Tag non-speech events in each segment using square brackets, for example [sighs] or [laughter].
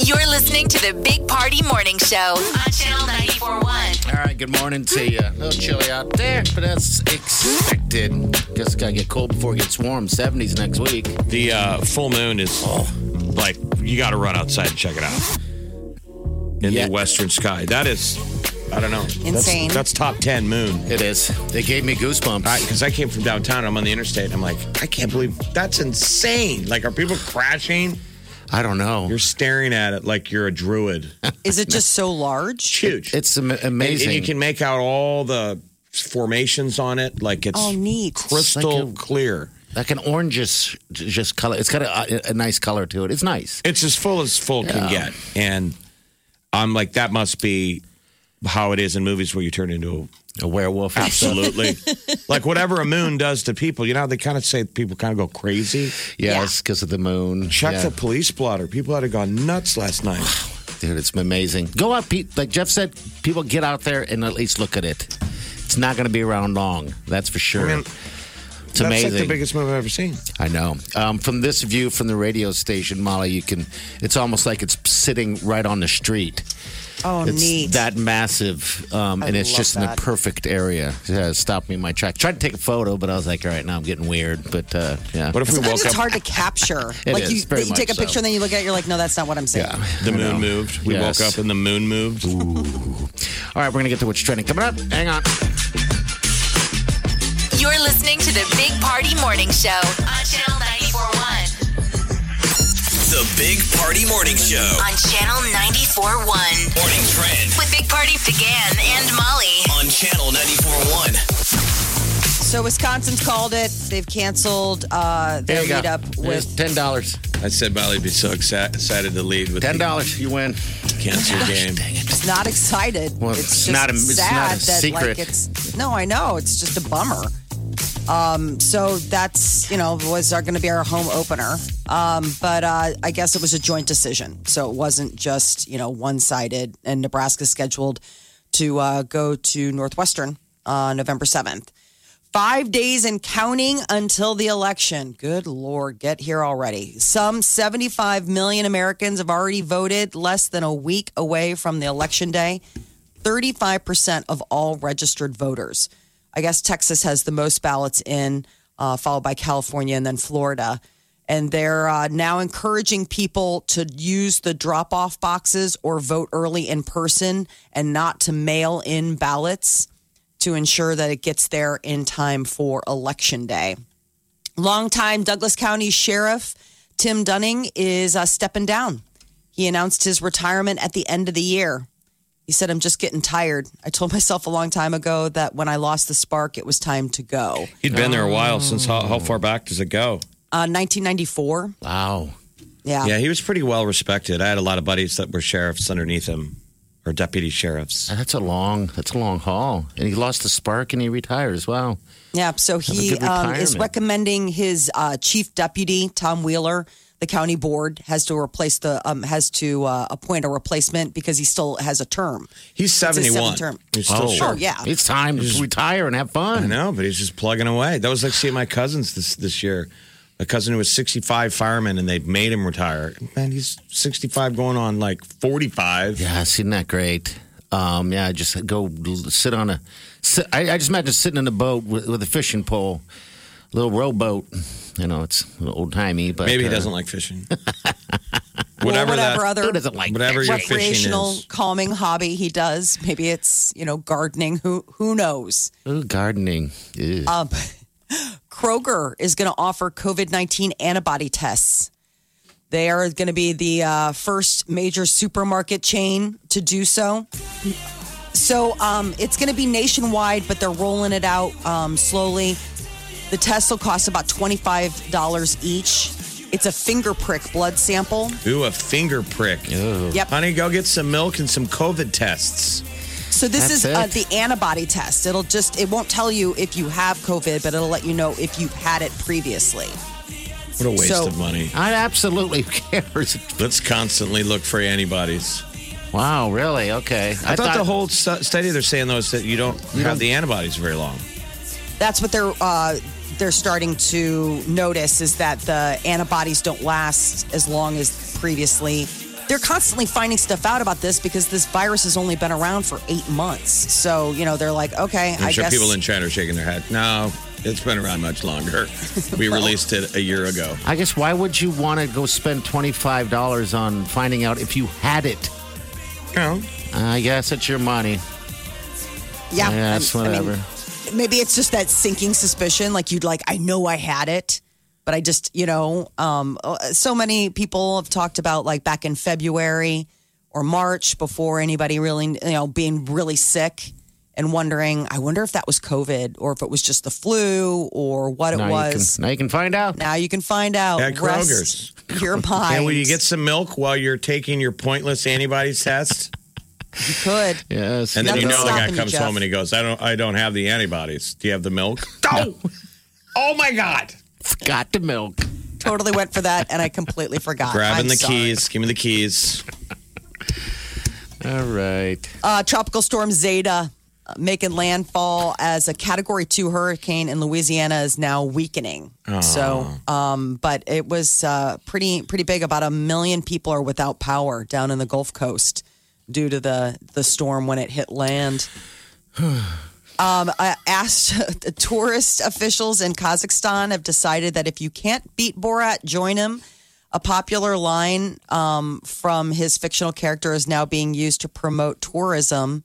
You're listening to the Big Party Morning Show on Channel 94.1. All right, good morning to you. A little chilly out there, but that's expected. Just gotta get cold before it gets warm. 70s next week. The uh, full moon is like you got to run outside and check it out in Yeah. the western sky. That is, I don't know, Insane. That's, that's top ten moon. It is. They gave me goosebumps. Because I came from downtown, I'm on the interstate. and I'm like, I can't believe that's insane. Like, are people crashing? I don't know. You're staring at it like you're a druid. [laughs] Is it just so large? It's huge. It's am- And- amazing. And, you can make out all the formations on it. Like it's Oh, neat. crystal It's like a- clear. like an orangish just color. It's got a, a nice color to it. It's nice. It's as full as full can get. And I'm like, that must be how it is in movies where you turn into A werewolf. a absolutely [laughs] like whatever a moon does to people. You know, how they kind of say people kind of go crazy. Yes, because of the moon. Check Yeah. the police blotter. People had gone nuts last night. Dude, it's amazing. Go out, Pete. Like Jeff said, people get out there and at least look at it. It's not going to be around long. That's for sure. I mean, it's That's amazing. like the biggest move I've ever seen. I know. Um, from this view from the radio station, Molly, you can. It's almost like it's sitting right on the street. Oh, It's neat. that massive, um, I and it's love just in the that. perfect area. Yeah, stop me in my track. Tried to take a photo, but I was like, all right, now I'm getting weird. But uh, yeah, What if we Sometimes woke it's up? hard to capture. It like is, you, very you take much a picture so. and then you look at it, you're like, no, that's not what I'm saying. Yeah. The I moon know. moved. We Yes. woke up and the moon moved. All right, we're gonna get to what's trending coming up. Hang on. You're listening to the Big Party Morning Show on Channel 94.1. The Big Party Morning Show. On Channel 94.1 Morning Trend with Big Party began and Molly. on Channel 94.1. So Wisconsin's called it. They've canceled uh, There their you go. meet up There's with. ten dollars. I said Molly'd be so exci- excited to lead with Ten the dollars. You win. cancer game. It's not excited. Well, it's it's just not a- it's sad not a that secret. like it's. No, I know. It's just a bummer. Um, so that's you know was going to be our home opener, um, but uh, I guess it was a joint decision. So it wasn't just you know one sided. And Nebraska scheduled to uh, go to Northwestern on November seventh. Five days and counting until the election. Good Lord, get here already. Some 75 million Americans have already voted less than a week away from the election day. 35% of all registered voters. I guess Texas has the most ballots in, uh, followed by California and then Florida. And they're uh, now encouraging people to use the drop off boxes or vote early in person and not to mail in ballots to ensure that it gets there in time for election day. Longtime Douglas County Sheriff Tim Dunning is uh, stepping down. He announced his retirement at the end of the year. He said, I'm just getting tired. I told [laughs] myself a long time ago that when I lost the spark, it was time to go. He'd been there a Oh. while since how, how far back does it go? Uh, 1994. Wow. Yeah. Yeah, he was pretty well respected. I had a lot of buddies that were sheriffs underneath him or deputy sheriffs. That's a long. That's a long haul. And he lost the spark, and he retires. Wow. Yeah, so he good um, is retirement. recommending his uh, chief deputy Tom Wheeler. The county board has to replace the um, has to uh, appoint a replacement because he still has a term. He's his 71. seventh term. He's still Oh, sheriff. yeah. It's time to retire and have I fun. know, but he's just plugging away. That was like seeing my cousins this this year. My cousin who was 65 fireman and they made him retire. Man, he's 65 going on like 45. Yeah, isn't that great? Um, yeah, just go l- sit on a. Sit, I, I just imagine sitting in a boat with, with a fishing pole, little rowboat. You know, it's old timey, but Maybe he uh, doesn't like [laughs] fishing. Or whatever, whatever that, other Who doesn't like whatever your fishing recreational is. calming hobby he does. Maybe it's you know gardening. Who who knows? Ooh, gardening? Ew. Um, Kroger is going to offer COVID 19 antibody tests. They are going to be the uh, first major supermarket chain to do so. So um, it's going to be nationwide, but they're rolling it out um, slowly. The tests will cost about $25 each. It's a finger prick blood sample. Ooh, a finger prick. Yep. Honey, go get some milk and some COVID tests. So this That's is uh, it. the antibody test. It'll just it won't tell you if you have COVID, but it'll let you know if you've had it previously. What a waste So- of money. I [laughs] absolutely cares. Let's constantly look for antibodies. Wow, really? Okay. I, thought, the whole stu- study they're saying though is that you don't you have the antibodies very long. That's what they're uh, they're starting to notice is that the antibodies don't last as long as previously. They're constantly finding stuff out about this because this virus has only been around for eight months. So you know they're like, okay, I'm I sure guess people in China are shaking their head. No, it's been around much [laughs] longer. We released it a year ago. I guess why would you want to go spend twenty five dollars on finding out if you had it? No. I guess it's your money. yeah, I guess I'm- I mean, whatever. maybe it's just that sinking suspicion like you'd like i know i had it but i just you know um, uh, so many people have talked about like back in february or march before anybody really you know being really sick and wondering i wonder if that was covid or if it was just the flu or what it now you was can now you can find out. now you can find out At Kroger's. Rest your [laughs] mind And will you get some milk while you're taking your pointless antibodies test? You could Yes. And then you Nothing's know the guy stopping you, comes Jeff. home and he goes, I don't I don't have the antibodies. Do you have the milk? No. oh my God. got the milk. totally went for that and i completely forgot Grabbing I'm the sorry. keys. Give me the keys. [laughs] All right. Uh, tropical storm Zeta uh, making landfall as a Category Two hurricane in Louisiana is now weakening. So, um, but it was uh, pretty pretty big. About a million people are without power down in the Gulf Coast due to the the storm when it hit land. Um, I asked [laughs] the tourist officials in Kazakhstan have decided that if you can't beat Borat, join him. A popular line um, from his fictional character is now being used to promote tourism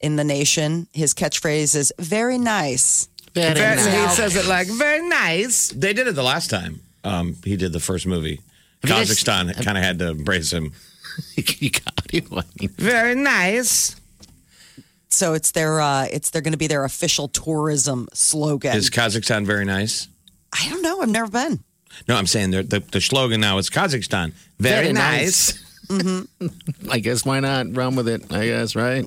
in the nation. His catchphrase is "very nice." Very nice. He says it like very nice. They did it the last time. Um, he did the first movie. Have you guys- Kazakhstan kind of had to embrace him. [laughs] you got it. I mean, Very nice. So it's their uh, it's they're going to be their official tourism slogan. Is Kazakhstan very nice? I don't know. I've never been. No, I'm saying the the, the slogan now is Kazakhstan. Very, Very nice. Mm-hmm. I guess why not run with it? I guess right.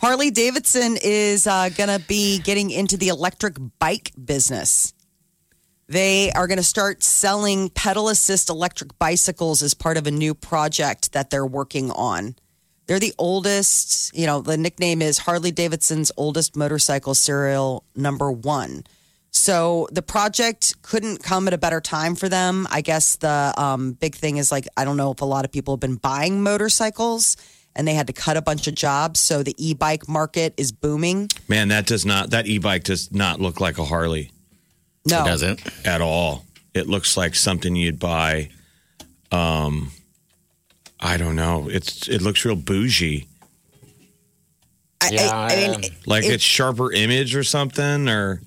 Harley Davidson is uh, going to be getting into the electric bike business. They are going to start selling pedal assist electric bicycles as part of a new project that they're working on. They're the oldest, you know, the nickname is Harley Davidson's oldest motorcycle serial number one. So the project couldn't come at a better time for them. I guess the um, big thing is like, I don't know if a lot of people have been buying motorcycles and they had to cut a bunch of jobs. So the e bike market is booming. Man, that does not that e-bike does not look like a Harley No. It doesn't. at all. It looks like something you'd buy. Um, I don't know. It's it looks real bougie, I, I- Yeah, I mean, I- like It- it's sharper image or something, or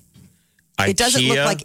it doesn't look IKEA. like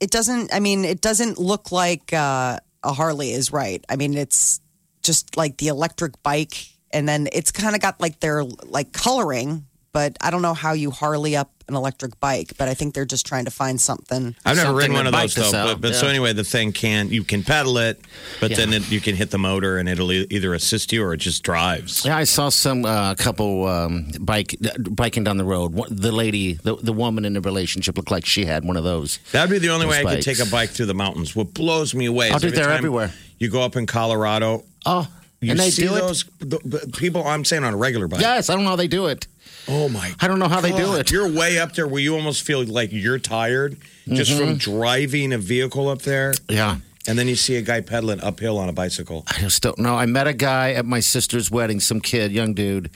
it doesn't i mean it doesn't look like uh, a harley is right i mean it's just like the electric bike and then it's kind of got like their like coloring but i don't know how you harley up an electric bike but i think they're just trying to find something I've never Something ridden one to of those bike though. this But, out, but so yeah. anyway, the thing can you can pedal it, but then it, you can hit the motor and it'll e- either assist you or it just drives. Yeah, I saw some uh, couple um, bike biking down the road. One- The lady, the, the woman in the relationship, looked like she had one of those. That'd be the only Those way I could bikes. take a bike through the mountains. What blows me away Oh, is dude, they're time everywhere. You go up in Colorado, Oh, you and they see do it. those the, the people. I'm saying on a regular bike. Yes, I don't know how they do it. Oh my! I don't know how they do God. it. You're way up there where you almost feel like you're tired just Mm-hmm. from driving a vehicle up there, Yeah. and then you see a guy pedaling uphill on a bicycle. I just don't know. I met a guy at my sister's wedding, some kid, young dude,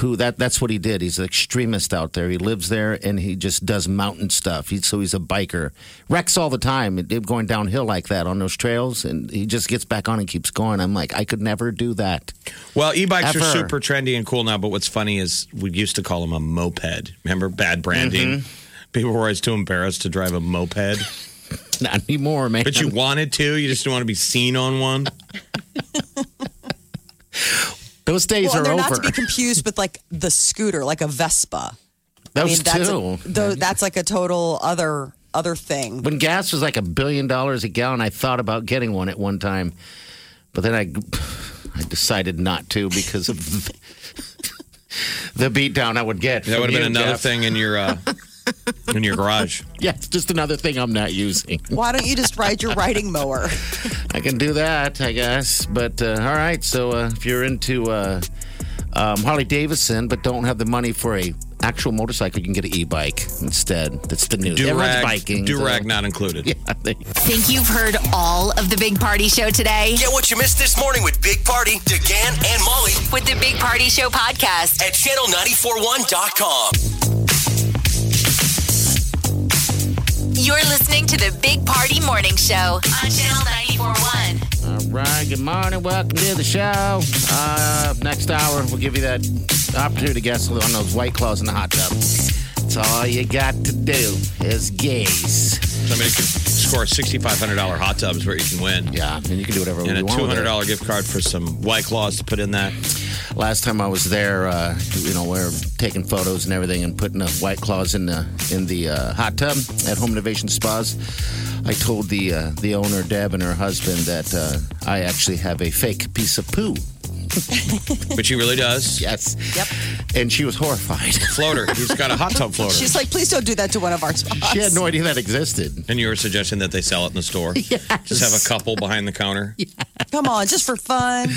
who that that's what he did. He's an extremist out there. He lives there and he just does mountain stuff. He, so he's a biker. Wrecks all the time, They're going downhill like that on those trails, and he just gets back on and keeps going. I'm like, I could never do that. Well, e-bikes are Ever. super trendy and cool now, but what's funny is we used to call them a moped. Remember bad branding? Mm-hmm. People were always too embarrassed to drive a moped, [laughs] Not anymore, man. but you wanted to. You just didn't want to be seen on one. those days well, and are they're over. not to be confused with like the scooter like a vespa those I mean, that's, two. A, though, that's like a total other other thing. When gas was like a billion dollars a gallon, I thought about getting one at one time, but then I, [sighs] I decided not to because of the [laughs] beatdown I would get. That from would have been you, another Jeff. thing in your [laughs] uh, in your garage. Yeah, it's just another thing I'm not using. Why don't you just ride your riding mower? I can do that, I guess. But uh, all right, so uh, if you're into uh, um, Harley Davidson but don't have the money for a actual motorcycle, you can get an e-bike instead. That's the new. Everyone's biking. so- Durag not included. [laughs] Yeah, they- Think you've heard all of the Big Party Show today? Get what you missed this morning with Big Party, DeGan, and Molly With the Big [laughs] Party Show podcast. at channel941.com. You're listening to the Big Party Morning Show on Channel 941. All right, good morning. Welcome to the show. Uh, next hour, we'll give you that opportunity to guess on those white claws in the hot tub. That's all you got to do is gaze. Somebody could score a sixty-five hundred dollar hot tub is where you can win, Yeah, and you can do whatever and you a want. two with hundred it. dollar gift card for some white claws to put in that. last time I was there, uh, you know, we are taking photos and everything and putting the white claws in the in the uh, hot tub at Home Innovation Spas. I told the uh, the owner Deb and her husband that uh, I actually have a fake piece of poo. But she really does. [laughs] Yes. Yep. And she was horrified. Floater. He's got a hot tub floater. She's like, please don't do that to one of our spots. she had no idea that existed. and you were suggesting that they sell it in the [laughs] store. Just have a couple behind the counter. Come on, just for fun.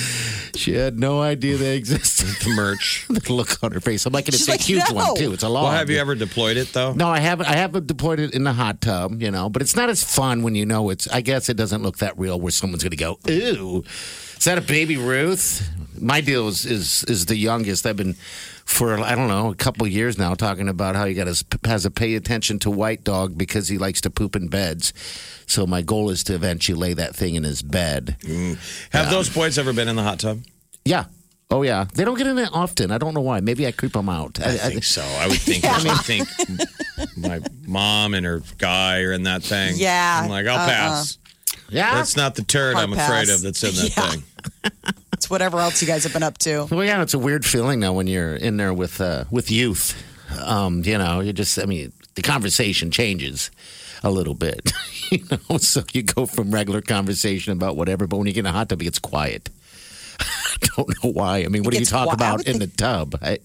She had no idea they existed. [laughs] The merch. [laughs] the look on her face. I'm like, and it's She's a like, huge no. one too. It's a long. Well, have you ever deployed it though? No, I haven't. I haven't deployed it in the hot tub, you know. But it's not as fun when you know it's. I guess it doesn't look that real, where someone's going to go, "Ooh, is that a baby Ruth?" My deal is is is the youngest. I've been for I don't know a couple years now talking about how you got to has to pay attention to white dog because he likes to poop in beds. So my goal is to eventually lay that thing in his bed. Mm. Have those boys ever been in the hot tub? Yeah. Oh yeah. They don't get in it often. I don't know why. Maybe I creep them out. I, I think so. I would [laughs] think. I would think my mom and her guy are in that thing. Yeah. I'm like, I'll Uh-uh. pass. yeah. That's not the turd Hard I'm pass. afraid of that's in that Yeah. thing. It's whatever else you guys have been up to. Well, yeah, it's a weird feeling though when you're in there with uh, with youth. Um, you know, you just I mean, the conversation changes a little bit. [laughs] you know, so you go from regular conversation about whatever, but when you get in a hot tub, it gets quiet. [laughs] I don't know why. I mean, what do you gets talk qui- I about would in the tub? I,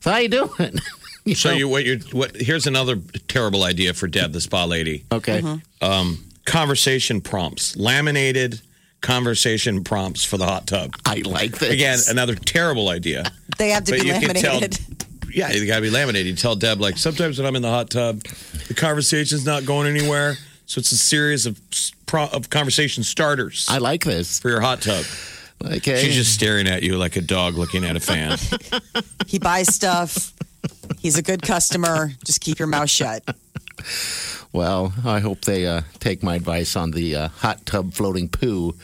so how you doing? [laughs] You So know? you what you're what here's another terrible idea for Deb, the spa lady. Um, okay? Mm-hmm. Conversation prompts. Laminated conversation prompts for the hot tub. I like this Again, another terrible idea. They have to But be you can tell laminated. Yeah, you gotta be laminated. You tell Deb like sometimes when I'm in the hot tub, the conversation's not going anywhere. So it's a series of s- pro- of conversation starters I like this. for your hot tub. Okay, She's just staring at you like a dog looking at a [laughs] fan. He buys stuff. He's a good customer. Just keep your mouth shut. Oh, Well, I hope they uh, take my advice on the uh, hot tub floating poo.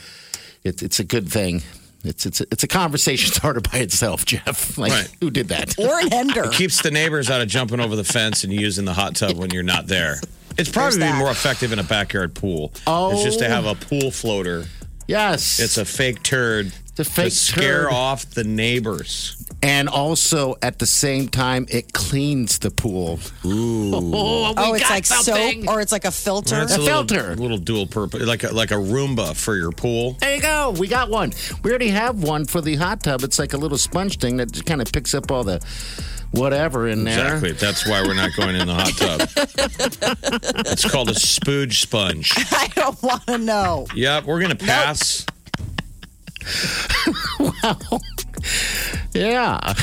It's it's a good thing. It's it's it's a conversation [laughs] starter by itself, Jeff. [laughs] Like Right. who did that? Or an ender. Keeps the neighbors out of jumping over the fence and using the hot tub when you're not there. It's probably There's that. more effective in a backyard pool. Oh. It's just to have a pool floater. Yes, It's a fake turd The to fake scare turd. off the neighbors. [laughs] and also at the same time it cleans the pool. [laughs] Ooh, oh, it's like soap or it's like a filter. That's A little- filter. little dual purpose, like a, like a Roomba for your pool. There you go. We got one. We already have one for the hot tub. It's like a little sponge thing that kind of picks up all the whatever in there. Exactly. That's why we're not going in the hot tub. [laughs] it's called a spooge sponge. [laughs] I don't want to know. Yep, we're gonna pass. [laughs] Yeah. [laughs]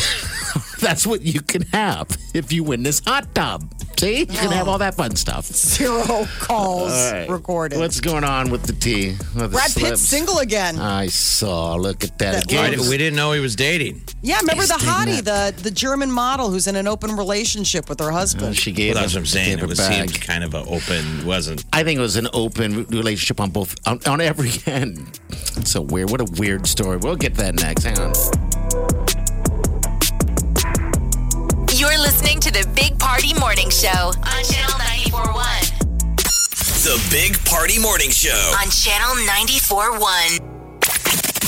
That's what you can have if you win this hot tub. See? You can Oh. have all that fun stuff. Zero calls All right. recorded. What's going on with the tea? With the Brad slips? Pitt's single again. I saw. Look at that. That again. I di- we didn't know he was dating. yeah, remember the Yes, hottie, didn't the, the German model who's in an open relationship with her husband. Uh, she gave Well, that's it- what I'm saying. gave It it was back. seemed kind of a open. Wasn't I think it was an open relationship on both on, on every [laughs] end. It's so weird. What a weird story. We'll get that next. Hang on. You're listening to the Big Party Morning Show on Channel 941. The Big Party Morning Show. Oh. On Channel 941.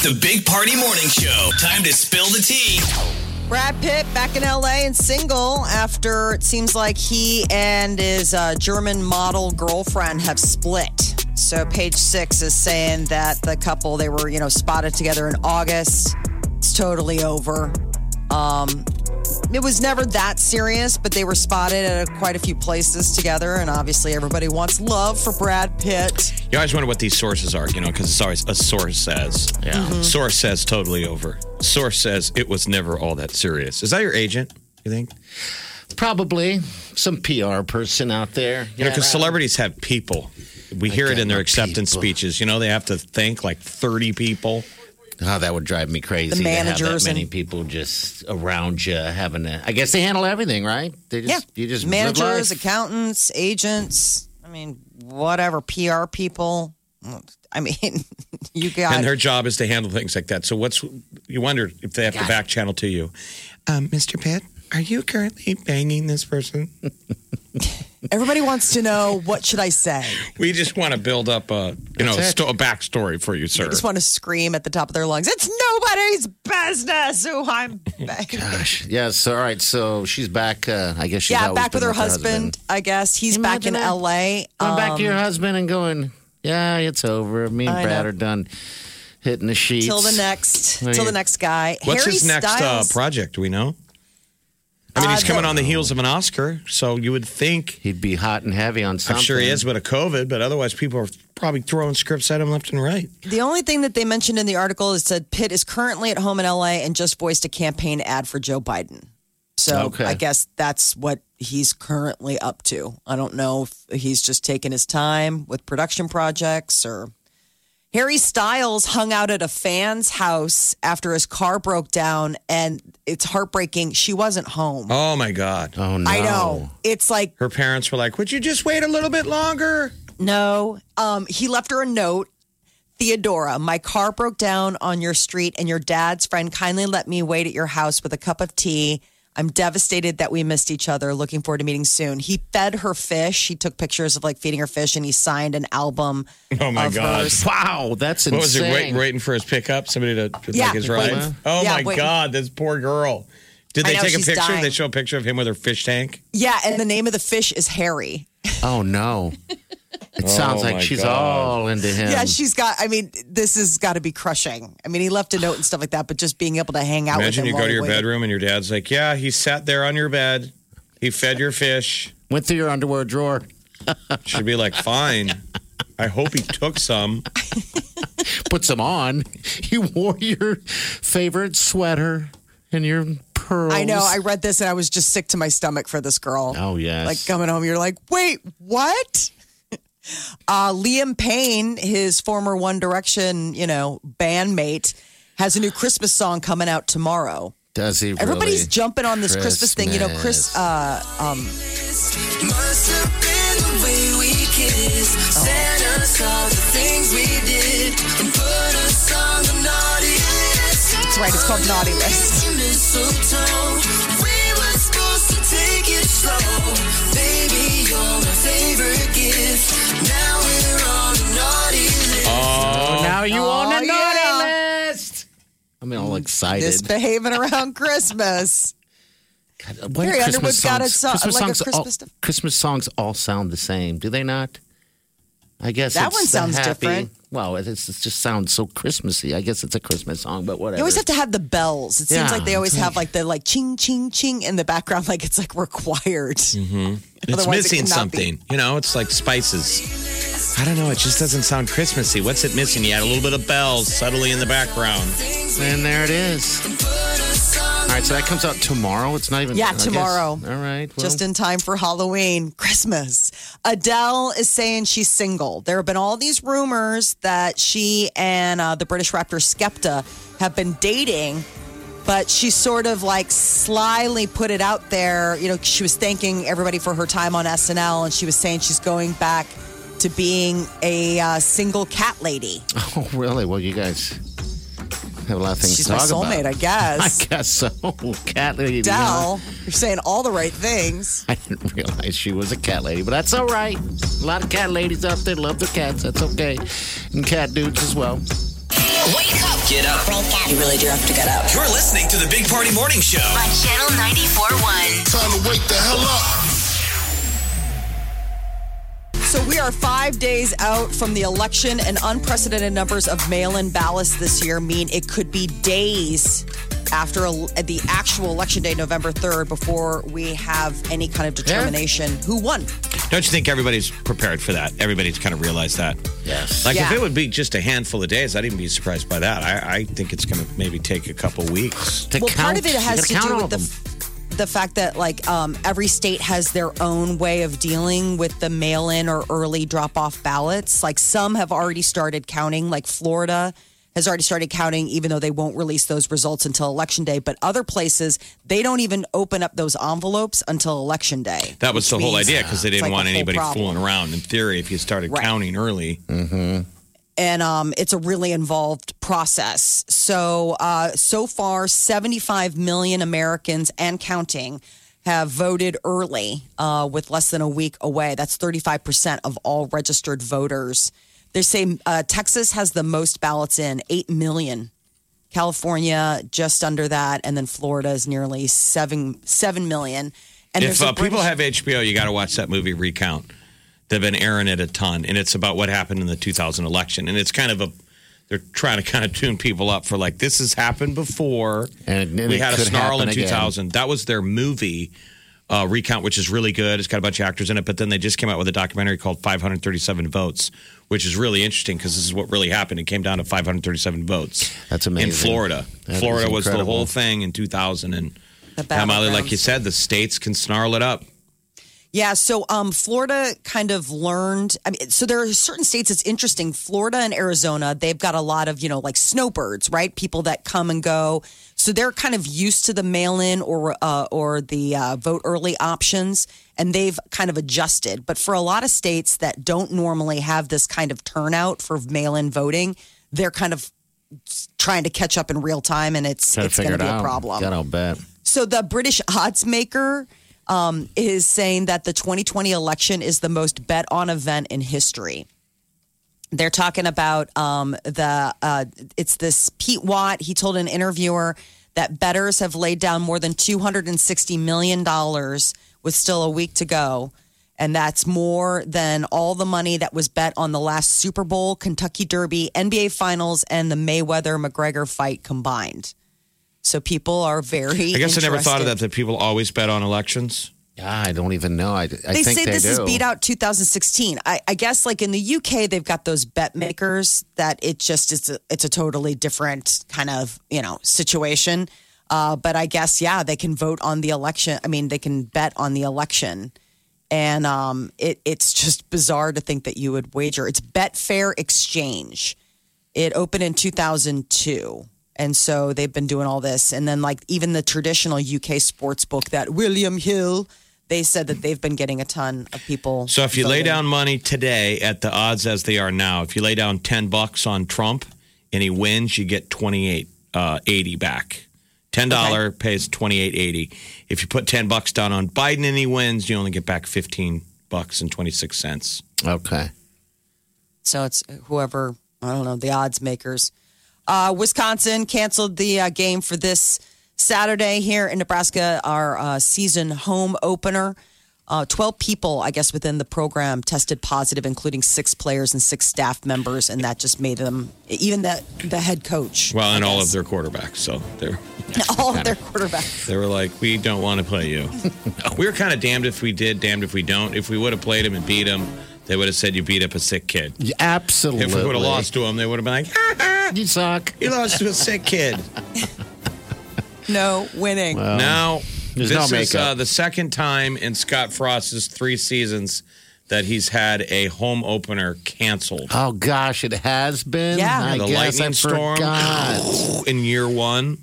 The Big Party Morning Show. Time to spill the tea. Brad Pitt back in LA and single after it seems like he and his uh, German model girlfriend have split. So page six is saying that the couple they were you know spotted together in August. It's totally over. Um, it was never that serious, but they were spotted at a, quite a few places together, and obviously everybody wants love for Brad Pitt. You always wonder what these sources are, you know, because it's always a source says. Yeah. Source says totally over. Source says it was never all that serious. Is that your agent? You think? Probably some PR person out there. You know, because Yeah. celebrities have people. We hear it got in their my acceptance people. speeches. You know, they have to thank like 30 people. Oh, that would drive me crazy. The to have managers that many and- people just around you having to. I guess they handle everything, right? They just you just live managers, life. accountants, agents. I mean, whatever PR people. I mean, [laughs] you got And their job is to handle things like that. So what's, you wonder if they have to back channel to you. Um, Mr. Pitt, are you currently banging this person? everybody wants to know what should I say. We just want to build up a, you know, That's it. sto- a backstory for you, sir. They just want to scream at the top of their lungs. It's nobody's business who I'm. Gosh, yes. All right, so she's back. Uh, I guess she's yeah, always back with been her husband, I guess. He's back Imagine in that. L.A. Going Um, back to your husband and going, yeah, it's over. Me and I Brad know. are done hitting the sheets. till the next, Well, till the yeah. next guy. What's Harry his next uh, Styles- project? Do we know? I mean, Uh, he's coming the- on the heels of an Oscar, so you would think He'd be hot and heavy on something. I'm sure he is, but a COVID. But otherwise, people are probably throwing scripts at him left and right. The only thing that they mentioned in the article is said Pitt is currently at home in LA and just voiced a campaign ad for Joe Biden. So Okay. I guess that's what he's currently up to. I don't know if he's just taking his time with production projects or. Harry Styles hung out at a fan's house after his car broke down, and it's heartbreaking. She wasn't home. Oh my God! Oh no! I know. It's like Her parents were like, "Would you just wait a little bit longer?" No. Um, he left her a note. Theodora, my car broke down on your street, and your dad's friend kindly let me wait at your house with a cup of tea. I'm devastated that we missed each other. Looking forward to meeting soon. He fed her fish. He took pictures of like feeding her fish, and he signed an album. Oh my of God! hers. Wow, that's insane. What was he waiting, waiting for his pickup? Somebody to to Yeah. like his Wait. ride? Oh Yeah, my wait. God! This poor girl. Did I they know, take a she's picture? dying. They show a picture of him with her fish tank. Yeah, and the name of the fish is Harry. Oh no! It sounds like Oh, my she's God. all into him. yeah, she's got. I mean, this has got to be crushing. I mean, he left a note and stuff like that, but just being able to hang out. Imagine with him you go while to he your waited. bedroom and your dad's like, "Yeah, he sat there on your bed. He fed your fish. went through your underwear drawer. [laughs] Should be like, fine." I hope he took some. put some on. [laughs] You wore your favorite sweater and your pearls. I know. I read this and I was just sick to my stomach for this girl. Oh, yes. Like coming home, you're like, wait, what? [laughs] Uh, Liam Payne, his former One Direction, you know, bandmate, has a new Christmas song coming out tomorrow. Does he? Everybody's really? jumping on this Christmas, thing. You know, Chris. Christmas. Uh, Must have been the way we kissed. Santa saw the things we did and put us on the naughty list. that's right. It's called Naughty List. Mistletoe, we were supposed to take it slow. Baby, you're my favorite gift. Now we're on the naughty list. Oh, now you on the naughty yeah. list. I'm all excited. Misbehaving around [laughs] Christmas. Why do Barry Christmas Underwood's got a songs- so- Christmas like a songs Christmas all, stuff. Christmas songs all sound the same, do they not? I guess That it's one the sounds happy- different. Well, it, it's, it just sounds so Christmassy. I guess it's a Christmas song, but whatever. You always have to have the bells. It Yeah, seems like they always it's like- have like the like ching ching ching in the background, [laughs] like it's like required. Mm-hmm. It's [laughs] Otherwise, it missing cannot be. something. You know, it's like spices. I don't know. It just doesn't sound Christmassy. What's it missing? You had a little bit of bells subtly in the background. and there it is. All right, so that comes out tomorrow. It's not even. Yeah, I guess- tomorrow. all right. Well, just in time for Halloween, Christmas. Adele is saying she's single. There have been all these rumors that she and uh, the British rapper Skepta have been dating, but she sort of like slyly put it out there. You know, she was thanking everybody for her time on SNL, and she was saying she's going back to being a uh, single cat lady. [laughs] Oh, really? Well, you guys have a lot of things She's to my talk soulmate, about. I guess. [laughs] I guess so. Cat lady. huh? Adele, you're saying all the right things. I didn't [laughs] realize she was a cat lady, but that's all right. A lot of cat ladies out there love their cats. That's okay. And cat dudes as well. Wake up Get up. You really do have to get up. You're listening to the Big Party Morning Show. on Channel 94.1. Time to wake the hell up. So we are five days out from the election, and unprecedented numbers of mail-in ballots this year mean it could be days after el- the actual election day, November third, before we have any kind of determination who won. Don't you think everybody's prepared for that? Everybody's kind of realized that. Yes. Like if Yeah. it would be just a handful of days, I'd even be surprised by that. I, I think it's going to maybe take a couple weeks. To well, part count- of it you has gotta to count do all with the of them. f- the fact that like um, every state has their own way of dealing with the mail-in or early drop-off ballots. Like some have already started counting, like Florida has already started counting, even though they won't release those results until election day. But other places, they don't even open up those envelopes until election day. That was the whole idea because they it's didn't like want a whole anybody problem. fooling around. In theory, if you started Right. counting early, Mm-hmm. and um, it's a really involved process. So, uh, so far, 75 million Americans and counting have voted early uh, with less than a week away. That's 35% of all registered voters. They say uh, Texas has the most ballots in, 8 million. California, just under that. And then Florida is nearly 7, 7 million. And if there's a uh, people British- have HBO, you got to watch that movie Recount. They've been airing it a ton, and it's about what happened in the 2000 election. And it's kind of a they're trying to kind of tune people up for like this has happened before. And it- we it had a could snarl in happen again. 2000. That was their movie uh, Recount, which is really good. It's got a bunch of actors in it. But then they just came out with a documentary called 537 Votes, which is really interesting because this is what really happened. It came down to 537 votes. That's In amazing. Florida, That is Florida was the incredible. whole thing in 2000 and. The Yeah, Molly, like you battlegrounds. said, the states can snarl it up. Yeah, so um, Florida kind of learned. I mean, so there are certain states. It's interesting. Florida and Arizona, they've got a lot of you know like snowbirds, right? People that come and go. So they're kind of used to the mail-in or uh, or the uh, vote early options, and they've kind of adjusted. But for a lot of states that don't normally have this kind of turnout for mail-in voting, they're kind of trying to catch up in real time, and it's Gotta it's figure going to it be out. a problem. God, I'll bet. So the British odds maker um, is saying that the 2020 election is the most bet on event in history. They're talking about um, the uh, it's this Pete Watt. He told an interviewer that betters have laid down more than 260 million dollars with still a week to go. And that's more than all the money that was bet on the last Super Bowl, Kentucky Derby, NBA Finals, and the Mayweather McGregor fight combined. So people are very. I guess I never thought of interested. that, that people always bet on elections. Yeah, I don't even know. I, I they think say they this do. is beat out 2016. I, I guess like in the UK they've got those bet makers that it just it's a, it's a totally different kind of you know situation. Uh, but I guess yeah they can vote on the election. I mean they can bet on the election, and um, it it's just bizarre to think that you would wager. It's Betfair Exchange. It opened in 2002. And so they've been doing all this. And then, like, even the traditional UK sports book that William Hill, they said that they've been getting a ton of people. So if you lay voting. down money today at the odds as they are now, if you lay down 10 bucks on Trump and he wins, you get 28 uh, 80 back. $10 pays 28.80. If you put 10 bucks down on Biden and he wins, you only get back 15 bucks and 26 cents. Okay. So it's uh, whoever, I don't know, the odds makers. Uh, Wisconsin canceled the uh, game for this Saturday here in Nebraska, our uh, season home opener. Uh, 12 people, I guess, within the program tested positive, including six players and six staff members. And that just made them, even the, the head coach. Well, I and all of guess. their quarterbacks, so they're [laughs] all of their quarterbacks. They were like, we don't want to play [laughs] you. We were kind of damned if we did, damned if we don't. If we would have played him and beat him, they would have said you beat up a sick kid. Yeah, Absolutely. If we would have lost to him, they would have been like, ah, [laughs] you suck. you lost to a sick kid. [laughs] No winning. now, there's this no is makeup. uh, the second time in Scott Frost's three seasons that he's had a home opener canceled. Oh gosh, it has been. Yeah. I the guess lightning I storm [sighs] forgot. Uh, in year one,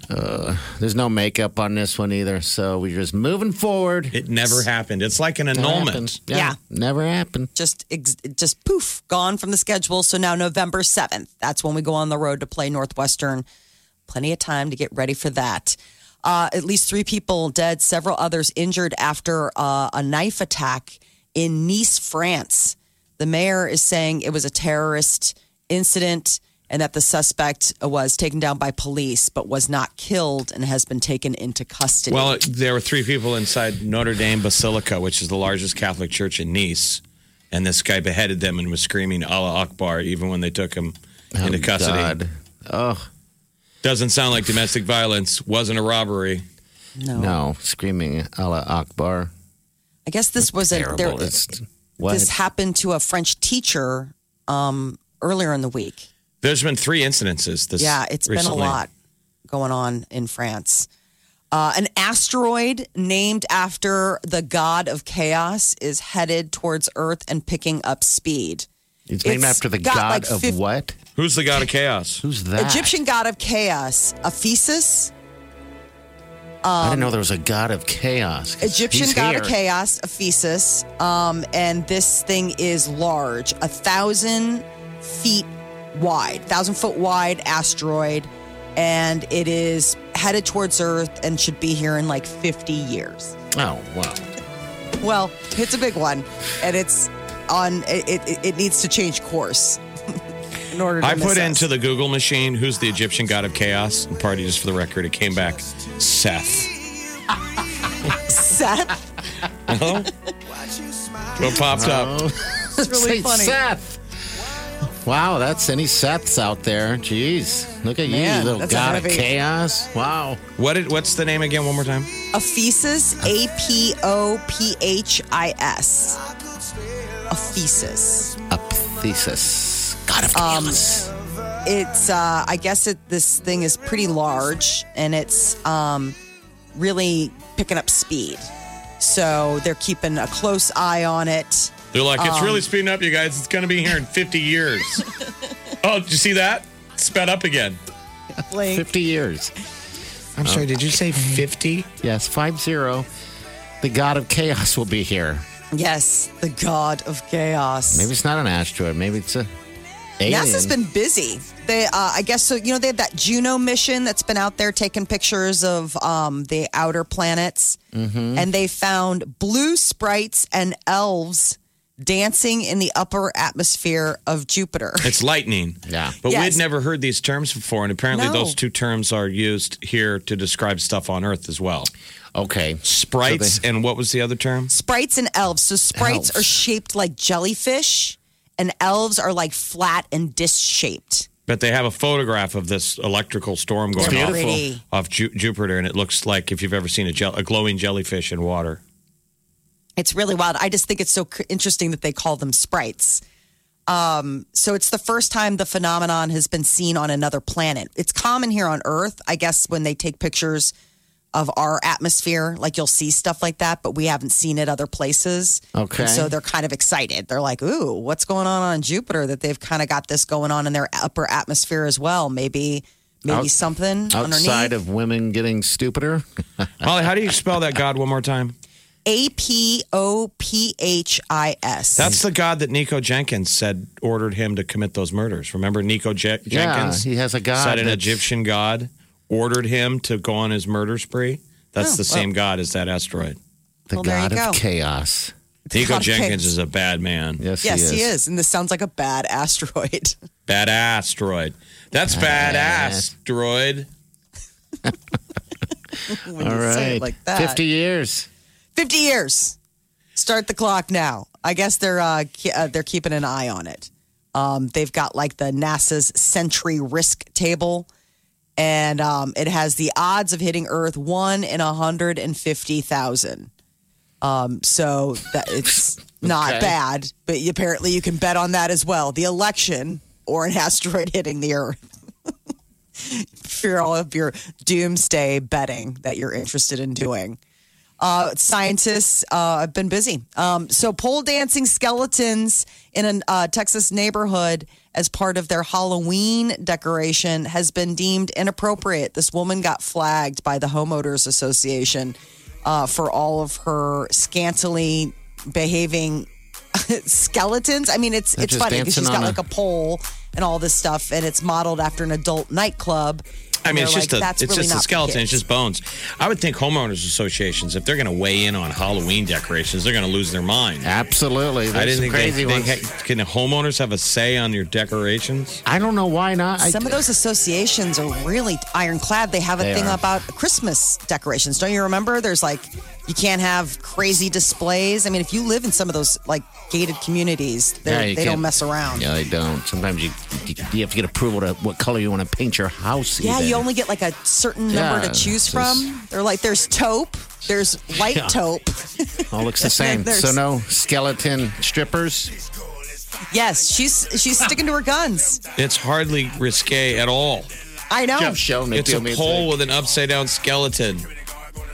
There's no makeup on this one either, so we're just moving forward. it never happened. It's like an Never annulment. happened. Yeah, Yeah. never happened. just ex- just poof gone from the schedule so now november 7th that's when we go on the road to play northwestern plenty of time to get ready for that uh, at least three people dead several others injured after uh, a knife attack in nice france the mayor is saying it was a terrorist incident and that the suspect was taken down by police but was not killed and has been taken into custody. Well, there were three people inside Notre Dame Basilica, which is the largest Catholic church in Nice, and this guy beheaded them and was screaming "Allah Akbar" even when they took him into custody. God. Oh, Doesn't sound like domestic violence. Wasn't a robbery. no. no. Screaming Allah Akbar. I guess this was a there, Terrible. It's, what? this happened to a French teacher um, earlier in the week. There's been three incidences. This Yeah, it's recently. been a lot going on in France. Uh, an asteroid named after the god of chaos is headed towards Earth and picking up speed. it's named it's after the got god like of fif- what? Who's the god of chaos? Who's that? Egyptian god of chaos, Aphesis. I didn't know there was a god of chaos. Um, Egyptian He's god of here. chaos, Aphesis. Um, and this thing is large, a thousand feet wide, thousand foot wide asteroid. And it is headed towards Earth and should be here in like 50 years. Oh [laughs] wow. Well, it's a big one, and it's on. It it, it needs to change course [laughs] in order. to I miss put us. into the Google machine who's the Egyptian god of chaos. And party just for the record, it came back Seth. uh, Seth. Oh, what popped up? [laughs] It's Say really funny. Oh. Seth. Wow, that's any Seths out there. Jeez, look at Man, you, little that's god of heavy. chaos. Wow. What did, what's the name again? One more time. Aphesis. A P O P H I S. Aphesis. Apthesis. God of chaos. Um, It's. Uh, I guess it. This thing is pretty large, and it's um, really picking up speed. So they're keeping a close eye on it. They're like, it's Um, really speeding up, you guys. It's going to be here in 50 [laughs] years. oh, did you see that? Sped up again. [laughs] Blink. 50 years. I'm sorry, did you say 50? Yes, 5 0. The god of chaos will be here. Yes, the god of chaos. Maybe it's not an asteroid. Maybe it's a. Alien. NASA's been busy. They, uh, I guess, so you know they have that Juno mission that's been out there taking pictures of um, the outer planets, Mm-hmm. and they found blue sprites and elves dancing in the upper atmosphere of Jupiter. It's lightning. Yeah. But Yes. we'd never heard these terms before, and apparently No. those two terms are used here to describe stuff on Earth as well. Okay. Sprites So and what was the other term? sprites and elves. So sprites Elves. are shaped like jellyfish, and elves are like flat and disc shaped. But they have a photograph of this electrical storm going It's off, beautiful. off Ju- Jupiter, and it looks like if you've ever seen a, gel- a glowing jellyfish in water. It's really wild. I just think it's so c- interesting that they call them sprites. Um, so it's the first time the phenomenon has been seen on another planet. It's common here on Earth, I guess, when they take pictures of our atmosphere, like you'll see stuff like that, but we haven't seen it other places. Okay. And so they're kind of excited. They're like, "Ooh, what's going on on Jupiter? That they've kind of got this going on in their upper atmosphere as well. Maybe, maybe Out- something Outside underneath." of women [laughs] getting stupider. Holly, how do you spell that god one more time? A P O P H I S. That's the god that Nico Jenkins said ordered him to commit those murders. Remember Nico Je- Jenkins? he has a god Said an that's- Egyptian god ordered him to go on his murder spree. That's the same god as that asteroid. Oh, The Well, there god you of go. chaos. Nico God of Jenkins chaos. is a bad man. Yes, he Yes, is. he is. And this sounds like a bad asteroid. [laughs] Bad asteroid. That's bad asteroid. when All you right. say it like that. 50 years. 50 years. Start the clock now. I guess they're uh, ke- uh, they're keeping an eye on it. Um, they've got like the NASA's Sentry Risk Table, and um, it has the odds of hitting Earth one in hundred and fifty thousand. Um, so that it's [laughs] not Okay. bad, but apparently you can bet on that as well. The election or an asteroid hitting the Earth. for all of your doomsday betting that you're interested in doing. Uh, scientists uh, have been busy. Um, so, pole dancing skeletons in a uh, Texas neighborhood as part of their Halloween decoration has been deemed inappropriate. This woman got flagged by the Homeowners Association uh, for all of her scantily behaving [laughs] skeletons. I mean, it's it's just funny because dancing she's got on like a- a pole and all this stuff, and it's modeled after an adult nightclub. I mean, They're it's just like, a that's it's really just a not for skeleton. It's kids. just bones. I would think homeowners associations, if they're going to weigh in on Halloween decorations, they're going to lose their mind. Absolutely. There's I didn't some think crazy they, they ones. ha- can homeowners have a say on your decorations. I don't know why not. I, Some of those associations are really ironclad. They have a They thing are. about Christmas decorations. Don't you remember? There's like, you can't have crazy displays. I mean, if you live in some of those like gated communities, Yeah, they're- you they don't can't- mess around. Yeah, they don't. Sometimes you you, you have to get approval to what color you want to paint your house. Yeah, even. you only get like a certain number Yeah, to it's choose from. They're like, there's taupe, there's white Yeah. taupe. all [laughs] looks the same. There's- so no skeleton strippers. Yes, she's she's sticking to her guns. It's hardly risque at all. I know. Jeff Schoen, they It's do a me pole with an upside down skeleton.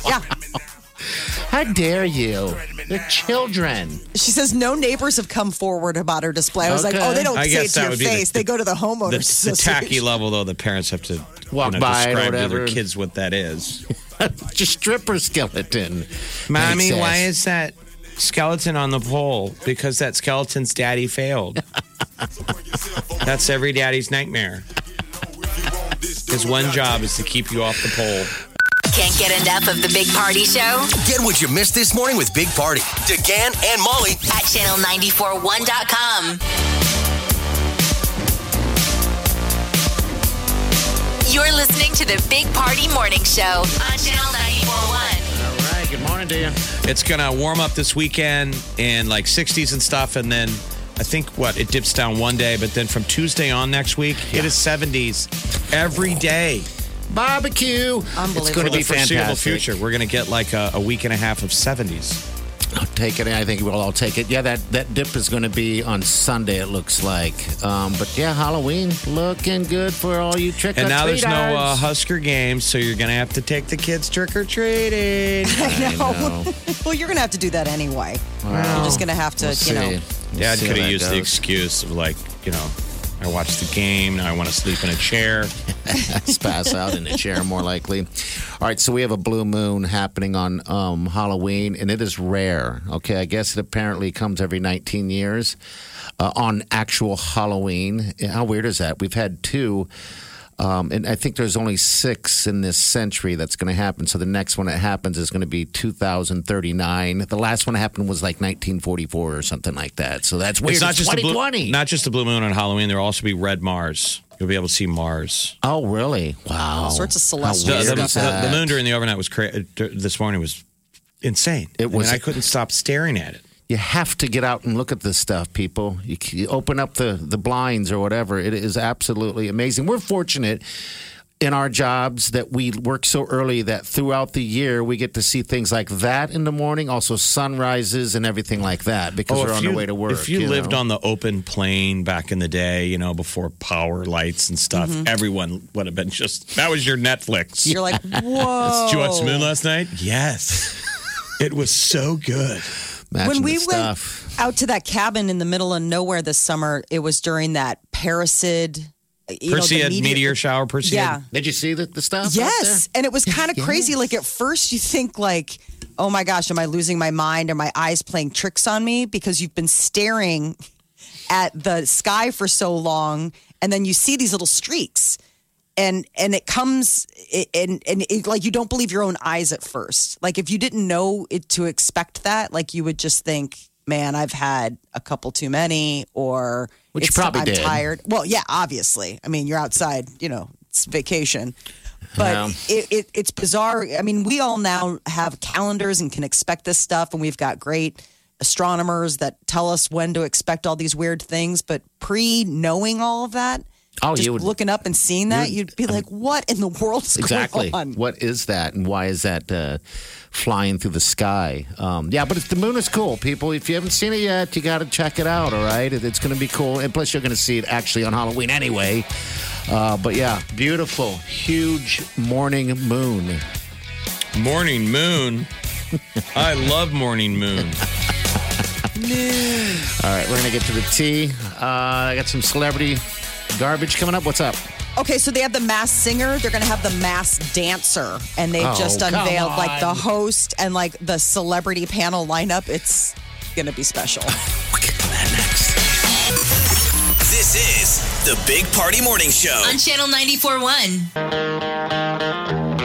Yeah. thing. How dare you? They're children. She says no neighbors have come forward about her display. I was like, Okay. oh, they don't I say it guess to that your would be the- face. they go to the homeowners. The, the association. tacky level, though, the parents have to Walk you know, by or describe to whatever. their kids what that is. [laughs] Just stripper skeleton. Mommy, Makes why sense. is that skeleton on the pole? Because that skeleton's daddy failed. [laughs] That's every daddy's nightmare. His one job is to keep you off the pole. Can't get enough of the Big Party Show Get what you missed this morning with Big Party. DeGan and Molly at channel941.com. You're listening to the Big Party Morning Show on channel 941. All right. Good morning to you. It's going to warm up this weekend in like 60s and stuff. And then I think what? It dips down one day, but then from Tuesday on next week, it is 70s every day. Barbecue. It's going Unbelievable. to be the foreseeable fantastic. future, we're going to get like a, a week and a half of 70s. I'll take it. I think we'll all take it. Yeah, that, that dip is going to be on Sunday, it looks like. Um, but yeah, Halloween looking good for all you trick And now there's no uh, Husker games, so you're going to have to take the kids trick or treating. [laughs] I know. [laughs] well, you're gonna have to do that anyway. You're just gonna have to, you know. Dad could have used the excuse of like, you know, I watched the game. Now I want to sleep in a [laughs] chair. Just pass out in a chair, more likely. All right, so we have a blue moon happening on um, Halloween, and it is rare. Okay, I guess it apparently comes every 19 years uh, on actual Halloween. How weird is that? We've had two. Um, and I think there's only six in this century that's going to happen. So the next one that happens is going to be 2039. The last one that happened was like 1944 or something like that. So that's weird. It's not just a blue, 2020. not just the blue moon on Halloween. There'll also be red Mars. You'll be able to see Mars. oh, really? Wow. All sorts of celestial The, the- Weird the- the moon during the overnight was cra- uh, dur- this morning was insane. It was- I, mean, I couldn't stop staring at it. you have to get out and look at this stuff, people. You, c- you open up the, the blinds or whatever. It is absolutely amazing. We're fortunate in our jobs that we work so early that throughout the year we get to see things like that in the morning, also sunrises and everything like that because we're oh, if on you, the way to work. If you, lived on the open plain back in the day, you know, before power lights and stuff, everyone would have been just that was your Netflix. Mm-hmm. [laughs] You're like, whoa. Did you watch the moon last night? [laughs] Yes. it was so good. when we went stuff. out to that cabin in the middle of nowhere this summer, it was during that Paracid, you know, the Perseid meteor, shower, Perseid. Yeah. Did you see the, the stuff? out Yes. And it [laughs] was kind of crazy. Like at first you think like, oh my gosh, am I losing my mind? Are my eyes playing tricks on me? Because you've been staring at the sky for so long and then you see these little streaks. And and it comes it, and and it, like you don't believe your own eyes at first. Like if you didn't know it to expect that, like you would just think, "Man, I've had a couple too many," or Which you it's- probably I'm did. tired. Well, yeah, obviously. I mean, you're outside. You know, it's vacation but Yeah. it, it, it's bizarre. I mean, we all now have calendars and can expect this stuff, and we've got great astronomers that tell us when to expect all these weird things. But pre knowing all of that, Oh, just you would- looking up and seeing that, you would- you'd be like, "What in the world is exactly. going on?" What is that, and why is that uh, flying through the sky? Um, yeah, but it's, the moon is cool, people. If you haven't seen it yet, you got to check it out. All right, It- it's going to be cool, and plus you're going to see it actually on Halloween anyway. Uh, but yeah, beautiful, huge morning moon. Morning moon. I love morning moon. [laughs] All right, we're going to get to the tea. Uh, I got some celebrity garbage coming up. What's up? Okay, so they have the mass singer. They're going to have the mass dancer, and they've Oh, just come unveiled like the on. host and like the celebrity panel lineup. It's going to be special. We'll get to that next. Oh. This is the Big Party Morning Show. On channel 941.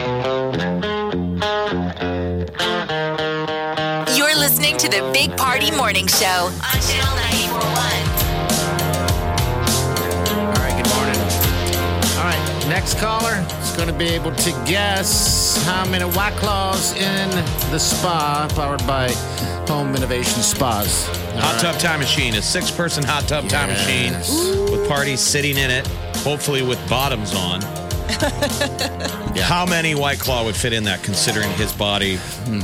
to the Big Party Morning Show on Channel 941. All right, good morning. All right, next caller is going to be able to guess how many white claws in the spa powered by Home Innovation Spas. Hot tub time machine, a six person hot tub time machine Yes. with parties sitting in it, hopefully with bottoms on. [laughs] How many White Claw would fit in that considering his body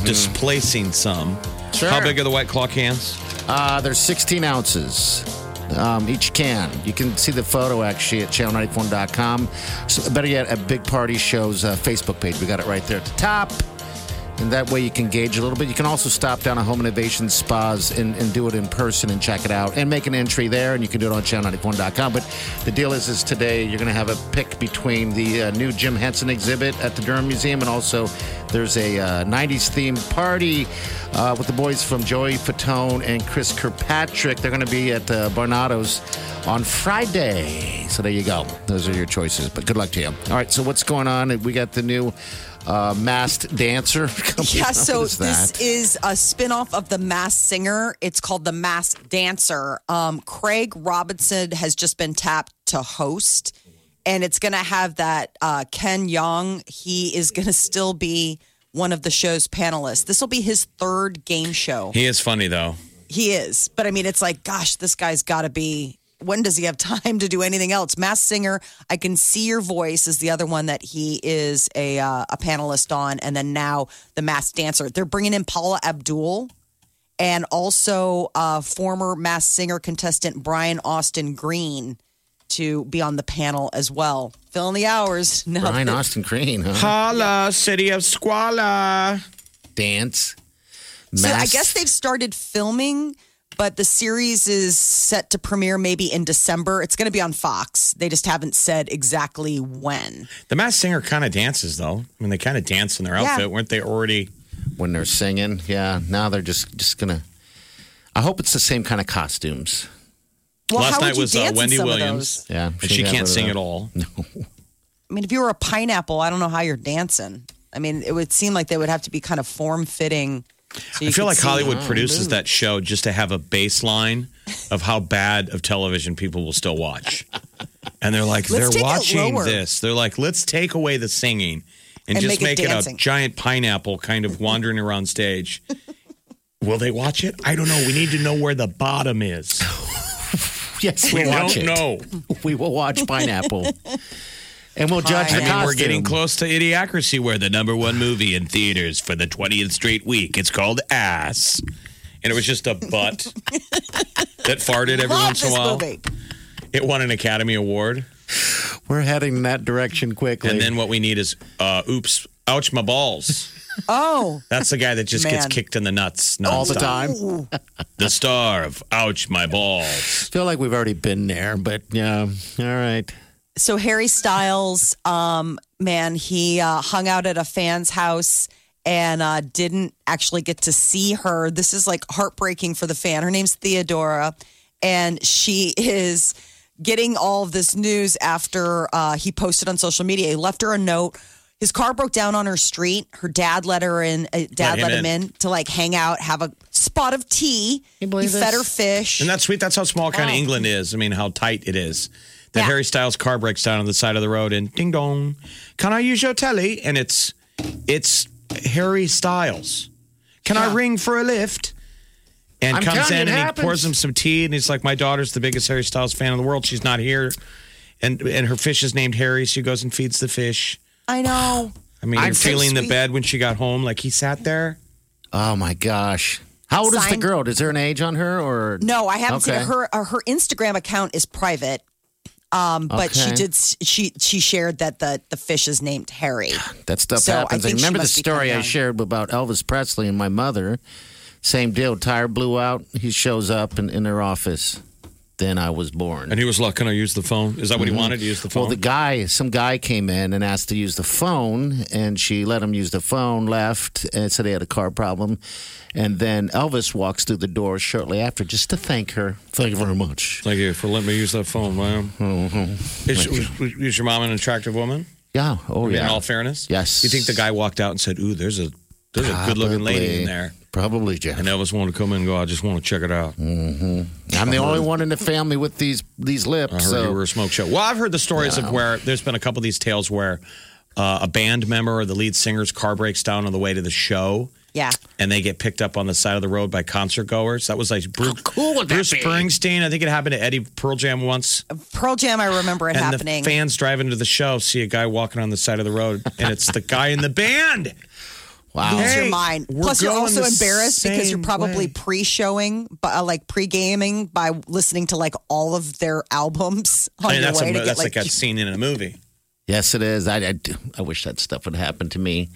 displacing some? Mm-hmm. Sure. How big are the White Claw cans? Uh, they're 16 ounces. Um, each can. You can see the photo actually at channel94.com. So better yet, at Big Party Show's uh, Facebook page. We got it right there at the top. And that way you can gauge a little bit. You can also stop down at Home Innovation Spas and, and do it in person and check it out and make an entry there. And you can do it on channel94.com. But the deal is, is today you're going to have a pick between the uh, new Jim Henson exhibit at the Durham Museum and also there's a uh, 90s themed party uh, with the boys from Joey Fatone and Chris Kirkpatrick. They're going to be at uh, Barnado's on Friday. So there you go. Those are your choices. But good luck to you. All right. So what's going on? We got the new uh, masked dancer. [laughs] [laughs] Yeah, so What is that? this is a spin-off of The Mass Singer. It's called The Mass Dancer. Um, Craig Robinson has just been tapped to host, and it's going to have that uh, Ken Young. He is going to still be one of the show's panelists. This will be his third game show. He is funny though. He is. But I mean, it's like, gosh, this guy's got to be. When does he have [laughs] time to do anything else? Mass Singer, I Can See Your Voice is the other one that he is a, uh, a panelist on. And then now the Mass Dancer. They're bringing in Paula Abdul and also uh, former Mass Singer contestant Brian Austin Green to be on the panel as well. Filling the hours. [laughs] Now Brian that- Austin Green, huh? Hala, city of Squala. Dance. So I masked. guess they've started filming, but the series is set to premiere maybe in December. It's going to be on Fox. They just haven't said exactly when. The masked singer kind of dances though. I mean, they kind of dance in their Yeah. outfit. Weren't they already? when they're singing. Yeah, uh, now they're just just gonna. I hope it's the same kind of costumes. Well, Last how night would you was uh, dance in Wendy some of Williams. those? Yeah, And she got can't rid of sing that. at [laughs] all. I mean, if you were a pineapple, I don't know how you're dancing. I mean, it would seem like they would have to be kind of form fitting. So you I feel could like see- Hollywood produces that show just to have a baseline of how bad of television people will still watch. And they're like, Let's they're take it watching lower. this. They're like, let's take away the singing and, And just make make it, it a dancing. giant pineapple kind of wandering around stage. Will they watch it? I don't know. We need to know where the bottom is. [laughs] Yes, We we'll don't watch it. know. We will watch [laughs] pineapple, and we'll judge I the Pineapple. mean, costume. we're getting close to Idiocracy, where the number one movie in theaters for the 20th straight week. It's called Ass. And it was just a butt that farted every Love once in a this while. movie. It won an Academy Award. We're heading in that direction quickly. And then what we need is, uh, oops, ouch, my balls. Oh, That's the guy that just gets Man. kicked in the nuts all the nonstop. time. [laughs] The star of ouch, my balls. Feel like we've already been there, but yeah. All right. so Harry Styles, um, man, he uh, hung out at a fan's house and uh, didn't actually get to see her. This is like heartbreaking for the fan. Her name's Theodora, and she [laughs] is getting all of this news after uh, he posted on social media. He left her a note. His car broke down on her street. Her dad let her in. Uh, dad him let him in. in. to like hang out, have a spot of tea. you believe he fed this? her fish. And that's sweet. That's how small kind of England is. I mean, how tight it is. That Yeah. Harry Styles car breaks down on the side of the road and ding dong, can I use your telly? And it's it's Harry Styles. Can I ring for a lift? And I'm comes telling in and you, it he happens. pours him some tea and he's like, My daughter's the biggest Harry Styles fan in the world. She's not here. And and her fish is named Harry. She goes and feeds the fish. I know. I mean, I'm you're so feeling the sweet. bed when she got home, like he sat there. Oh my gosh. How old is the Signed- girl? Is there an age on her or No, I haven't seen Okay. it. her. uh, Her Instagram account is private, um, but she Okay. did. s- She she shared that the the fish is named Harry. That stuff So I happens. I, think she remember the must be kinda story I young. shared about Elvis Presley and my mother. Same deal. Tire blew out. He shows up in, in her office. Then I was born. Mm-hmm. And he was like, Can I use the phone? Is that what he wanted to use Mm-hmm. the phone? Well, the guy, some guy came in and asked to use the phone, and she let him use the phone, left, and said he had a car problem. And then Elvis walks through the door shortly after just to thank her. Thank you very much. Thank you for letting me use that phone, ma'am. Is, was- was your mom an attractive woman? Yeah. Oh, In yeah. all fairness, Yes. You think the guy walked out and said, "Ooh, there's a there's a good looking lady in there." Probably Jeff. And Elvis wanted to come in and go, I just want to check it out. I I'm the only one in the family with these these lips. heard so you were a smoke show. Well, I've heard the stories of where there's been a couple of these tales where uh, a band member or the lead singer's car breaks down on the way to the show. Yeah. and they get picked up on the side of the road by concert goers. That was like Bruce, cool would that Bruce be? Springsteen. I think it happened to Eddie Pearl Jam once. Pearl Jam, I remember it and happening. the fans driving to the show see a guy walking on the side of the road, and it's the guy in the band. wow. [laughs] lose your Hey, mind. we're Plus, you're going also the embarrassed because you're same way. probably pre-showing, but uh, like pre-gaming by listening to like all of their albums on I mean, your that's a, way to mo- get that's like. like a scene in a movie. Yes, it is. I, I do- I wish that stuff would happen to me,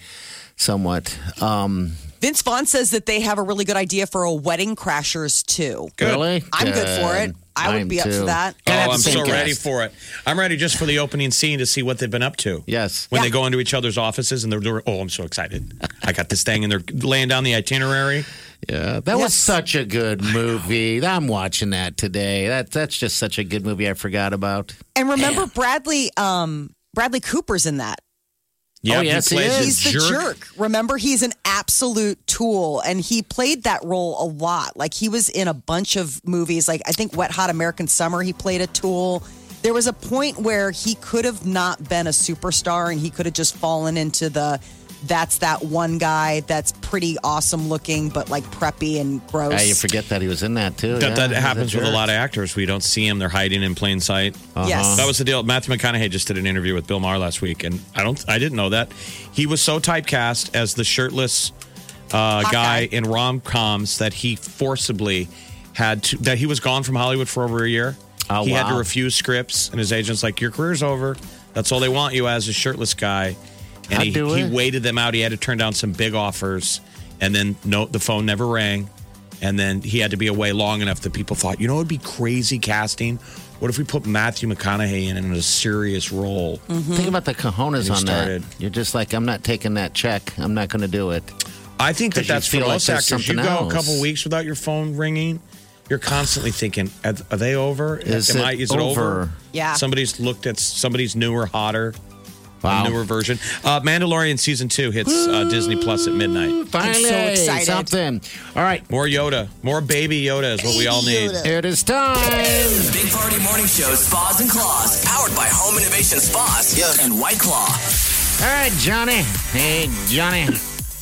somewhat. Um, Vince Vaughn says that they have a really good idea for a Wedding Crashers too. really, I'm good for it. I would am be up for that. Gotta have oh, the I'm same so ready cast. for it. I'm ready just for the opening scene to see what they've been up to. Yes. When they go into each other's offices and they're, doing- oh, I'm so excited. I got this thing and they're laying down the itinerary. Yeah, that was such a good movie. I'm watching that today. That that's just such a good movie. I forgot about. And remember, Bradley um, Bradley Cooper's in that. Yeah, Oh, yes, he is. He's the jerk. Remember, he's an absolute tool, and he played that role a lot. Like he was in a bunch of movies. Like I think Wet Hot American Summer, he played a tool. There was a point where he could have not been a superstar, and he could have just fallen into the that's that one guy that's pretty awesome looking, but like preppy and gross. Yeah, Ah, you forget that he was in that too. That, Yeah, that he's happens with a jerk. lot of actors. We don't see them; they're hiding in plain sight. Uh-huh. Yes. That was the deal. Matthew McConaughey just did an interview with Bill Maher last week, and I don't, I didn't know that he was so typecast as the shirtless uh, guy in rom coms that he forcibly had to that he was gone from Hollywood for over a year. Oh, he had to wow. refuse scripts, and his agent's like, "Your career's over. That's all they want you as a shirtless guy." And I'd he, do he it. waited them out. He had to turn down some big offers, and then no, the phone never rang. And then he had to be away long enough that people thought, you know, it'd be crazy casting. What if we put Matthew McConaughey in in a serious role? Think about the cojones he on started. that. You're just like, I'm not taking that check. I'm not going to do it. I think that 'Cause you that's for feel like most there's actors. You go something a couple else. weeks without your phone ringing, you're constantly thinking, are, are they over? Is it is it over? over? Yeah. Somebody's looked at somebody's newer, hotter, Wow. newer version. Uh, Mandalorian season two hits uh, Disney Plus at midnight. Finally, so excited. something. All right, More Yoda, more baby Yoda is what we all need. it is time. The Big Party Morning Show, Spas and Claws, powered by Home Innovation Spas and White Claw. All right, Johnny. Hey, Johnny.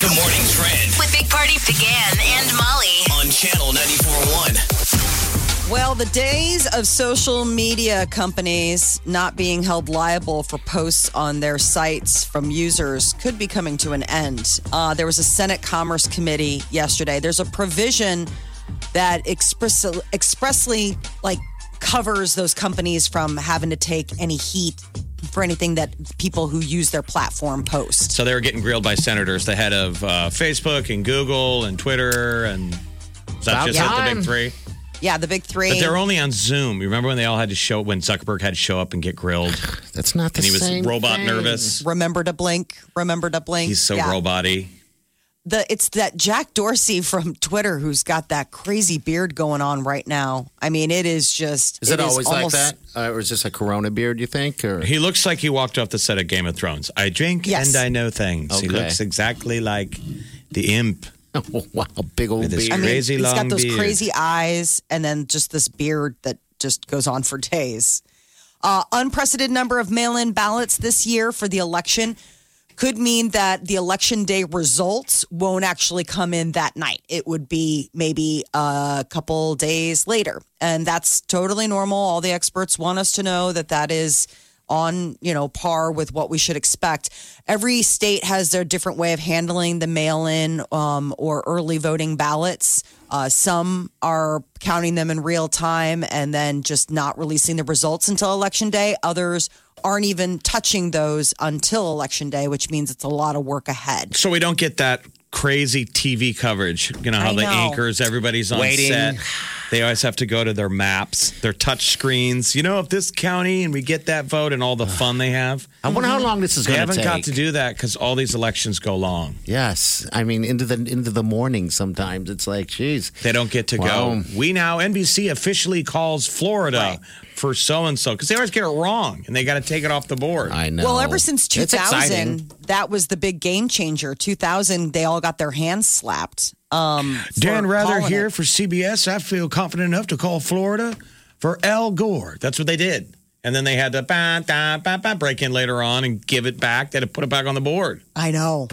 Good morning, Trend. With Big Party began and Molly. On Channel 94.1. Well, the days of social media companies not being held liable for posts on their sites from users could be coming to an end. Uh, there was a Senate Commerce Committee yesterday. There's a provision that express, expressly like covers those companies from having to take any heat for anything that people who use their platform post. So they were getting grilled by senators, the head of uh, Facebook and Google and Twitter, and is that About just it, the time. big three? Yeah, the big three. But they're only on Zoom. You remember when they all had to show when Zuckerberg had to show up and get [sighs] grilled? That's not the And he was same robot thing. nervous. Remember to blink. Remember to blink. He's so Yeah. robot-y. The it's that Jack Dorsey from Twitter who's got that crazy beard going on right now. I mean, it is just. Is it, always almost- like that, uh, or is this a Corona beard? You think, or He looks like he walked off the set of Game of Thrones. I drink Yes. and I know things. He Okay. looks exactly like the imp. Oh, [laughs] wow, big old With his beard. I mean, crazy he's long got those beard. crazy eyes, and then just this beard that just goes on for days. Uh, unprecedented number of mail-in ballots this year for the election could mean that the election day results won't actually come in that night. It would be maybe a couple days later, and that's totally normal. All the experts want us to know that that is on you know par with what we should expect. Every state has their different way of handling the mail-in um, or early voting ballots. Uh, some are counting them in real time and then just not releasing the results until election day. Others aren't even touching those until election day, which means it's a lot of work ahead. So we don't get that crazy TV coverage. You know how I the know. anchors, everybody's on Waiting. set. They always have to go to their maps, their touch screens. You know, if this county and we get that vote and all the fun they have. I wonder how long this is They going haven't take. got to do that because all these elections go long. Yes, I mean into the into the morning. Sometimes it's like, geez, They don't get to Wow. go. We now NBC officially calls Florida for so and so because they always get it wrong and they got to take it off the board. I know. Well, ever since It's exciting. 2000, that was the big game changer. 2000, they all got their hands slapped. Um, for Dan Rather calling here it. for CBS. I feel confident enough to call Florida for Al Gore. That's what they did. And then they had to ba, da, ba, ba, break in later on and give it back. They had to put it back on the board. I know.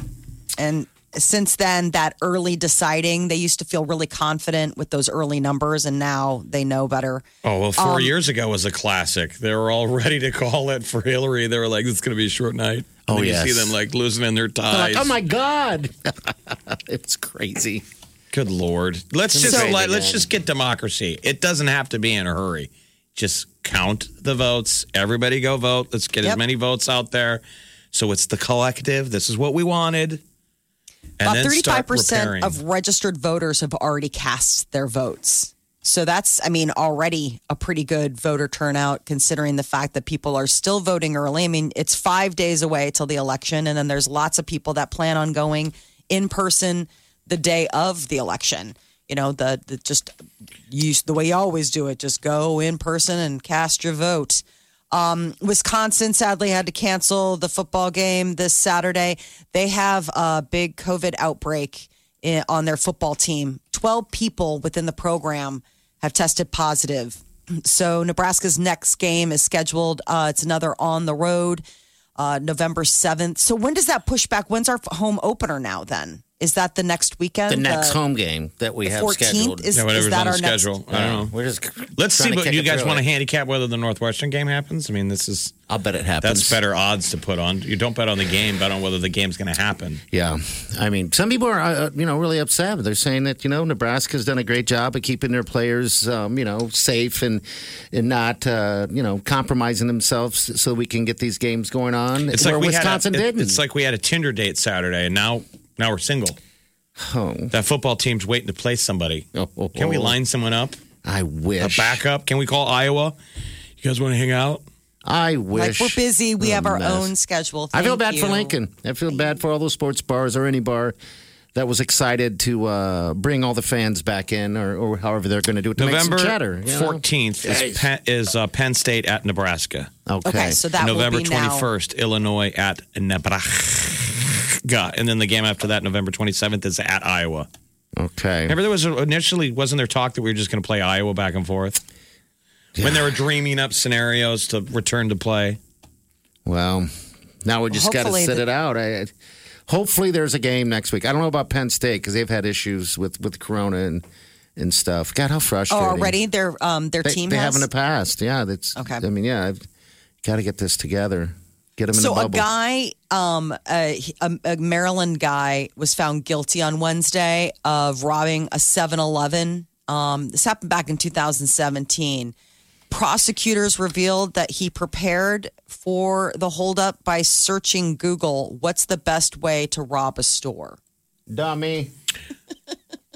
And since then, that early deciding, they used to feel really confident with those early numbers, and now they know better. Oh, well, Um, four years ago was a classic. They were all [laughs] ready to call it for Hillary. They were like, it's going to be a short night. Oh, and then yes. You see them like losing in their They're ties. like, oh my god, [laughs] it's crazy. Good Lord. Let's just, Insane let, let's again. just get democracy. It doesn't have to be in a hurry. Just count the votes. Everybody go vote. Let's get as Yep. many votes out there. So it's the collective. This is what we wanted. And About then thirty-five start percent repairing. of registered voters have already cast their votes. So that's, I mean, already a pretty good voter turnout considering the fact that people are still voting early. I mean, it's five days away till the election, and then there's lots of people that plan on going in person the day of the election. You know, the, the just you, the way you always do it, just go in person and cast your vote. Um, Wisconsin sadly had to cancel the football game this Saturday. They have a big COVID outbreak in, on their football team. 12 people within the program have tested positive. [clears throat] So Nebraska's next game is scheduled. Uh, it's another on the road, uh, November 7th. So when does that push back? When's our f- home opener now then? Is that the next weekend? The next The- home game that we uh, the have 14th scheduled. is- yeah, whatever's that on the our next- schedule. I don't know. We're just Let's trying see to what kick you it guys through want to it. handicap whether the Northwestern game happens. I mean, this is I'll bet it happens. that's better odds to put on. You don't bet on the game, bet on whether the game's going to happen. Yeah, I mean, some people are uh, uh, you know really upset. They're saying that you know Nebraska's done a great job of keeping their players um, you know safe and and not uh, you know compromising themselves so we can get these games going on. It's where like we Wisconsin had a, it- didn't. It's like we had a Tinder date Saturday, and now now we're single. oh, That football team's waiting to play somebody. Oh, oh, Can we oh. line someone up? I A wish backup? Can we call Iowa? You guys want to hang out? I wish. Like we're busy. We Oh, have our mess. own schedule. I feel Thank bad for you. Lincoln. I feel bad for all those sports bars or any bar that was excited to uh, bring all the fans back in or, or however they're going to do it to November make some chatter. you know? 14th is, Penn, is uh, Penn State at Nebraska. Okay. Okay, so that will November be now- 21st, Illinois at Nebraska. And then the game after that, November 27th, is at Iowa. Okay. Remember, there was initially, wasn't there talk that we were just going to play Iowa back and forth? When they were dreaming up scenarios to return to play. Well, now we just got to Hopefully sit the- it out. I, I- hopefully, there's a game next week. I don't know about Penn State because they've had issues with with Corona and and stuff. God, how Oh, frustrating! already their um their they, team they has. haven't passed. Yeah, that's okay. I mean, yeah, I've got to get this together. Get them so in a a, bubble. guy, um, a, he- a- a Maryland guy was found guilty on Wednesday of robbing a 7-Eleven. Um, this happened back in 2017. Prosecutors revealed that he prepared for the holdup by searching Google. What's the best way to rob a store? Dummy.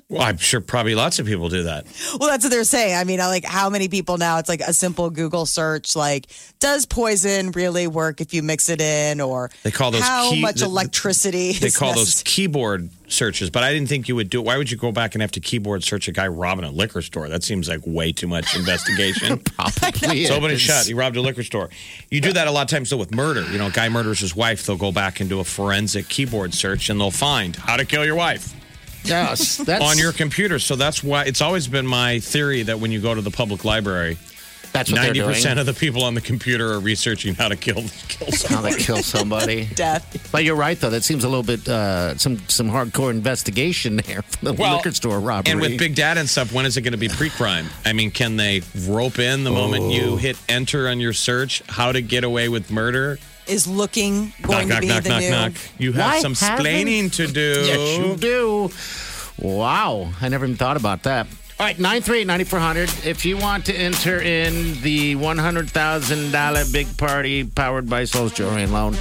Well, I'm sure probably lots of people do that. Well, that's what they're saying. I mean, I like how many people now? It's like a simple Google search, like does poison really work if you mix it in, or They call those how key- much the- the- electricity? They is call necessary? those keyboard searches, but I didn't think you would do it. Why would you go back and have to keyboard search a guy robbing a liquor store? That seems like way too much investigation. [laughs] Probably It's open and is. shut. He robbed a liquor store. You do that a lot of times, though, with murder. You know, a guy murders his wife, they'll go back and do a forensic keyboard search and they'll find how to kill your wife. [laughs] Yes, that's on your computer. So that's why it's always been my theory that when you go to the public library, That's what they're ninety doing. percent of the people on the computer are researching how to kill kill how someone. to kill somebody. Death. But you're right though. That seems a little bit uh, some some hardcore investigation there for the Well, liquor store robbery. And with big data and stuff, when is it going [sighs] to be pre-crime? I mean, can they rope in the moment Oh. you hit enter on your search? How to get away with murder? is looking Knock, going to knock, be knock, the knock, new. knock. You have Why some haven't- splaining to do. [laughs] Yes, you do. Wow. I never even thought about that. All right, 938 9400. If you want to enter in the $100,000 big party powered by Soul's Jewelry and Loan,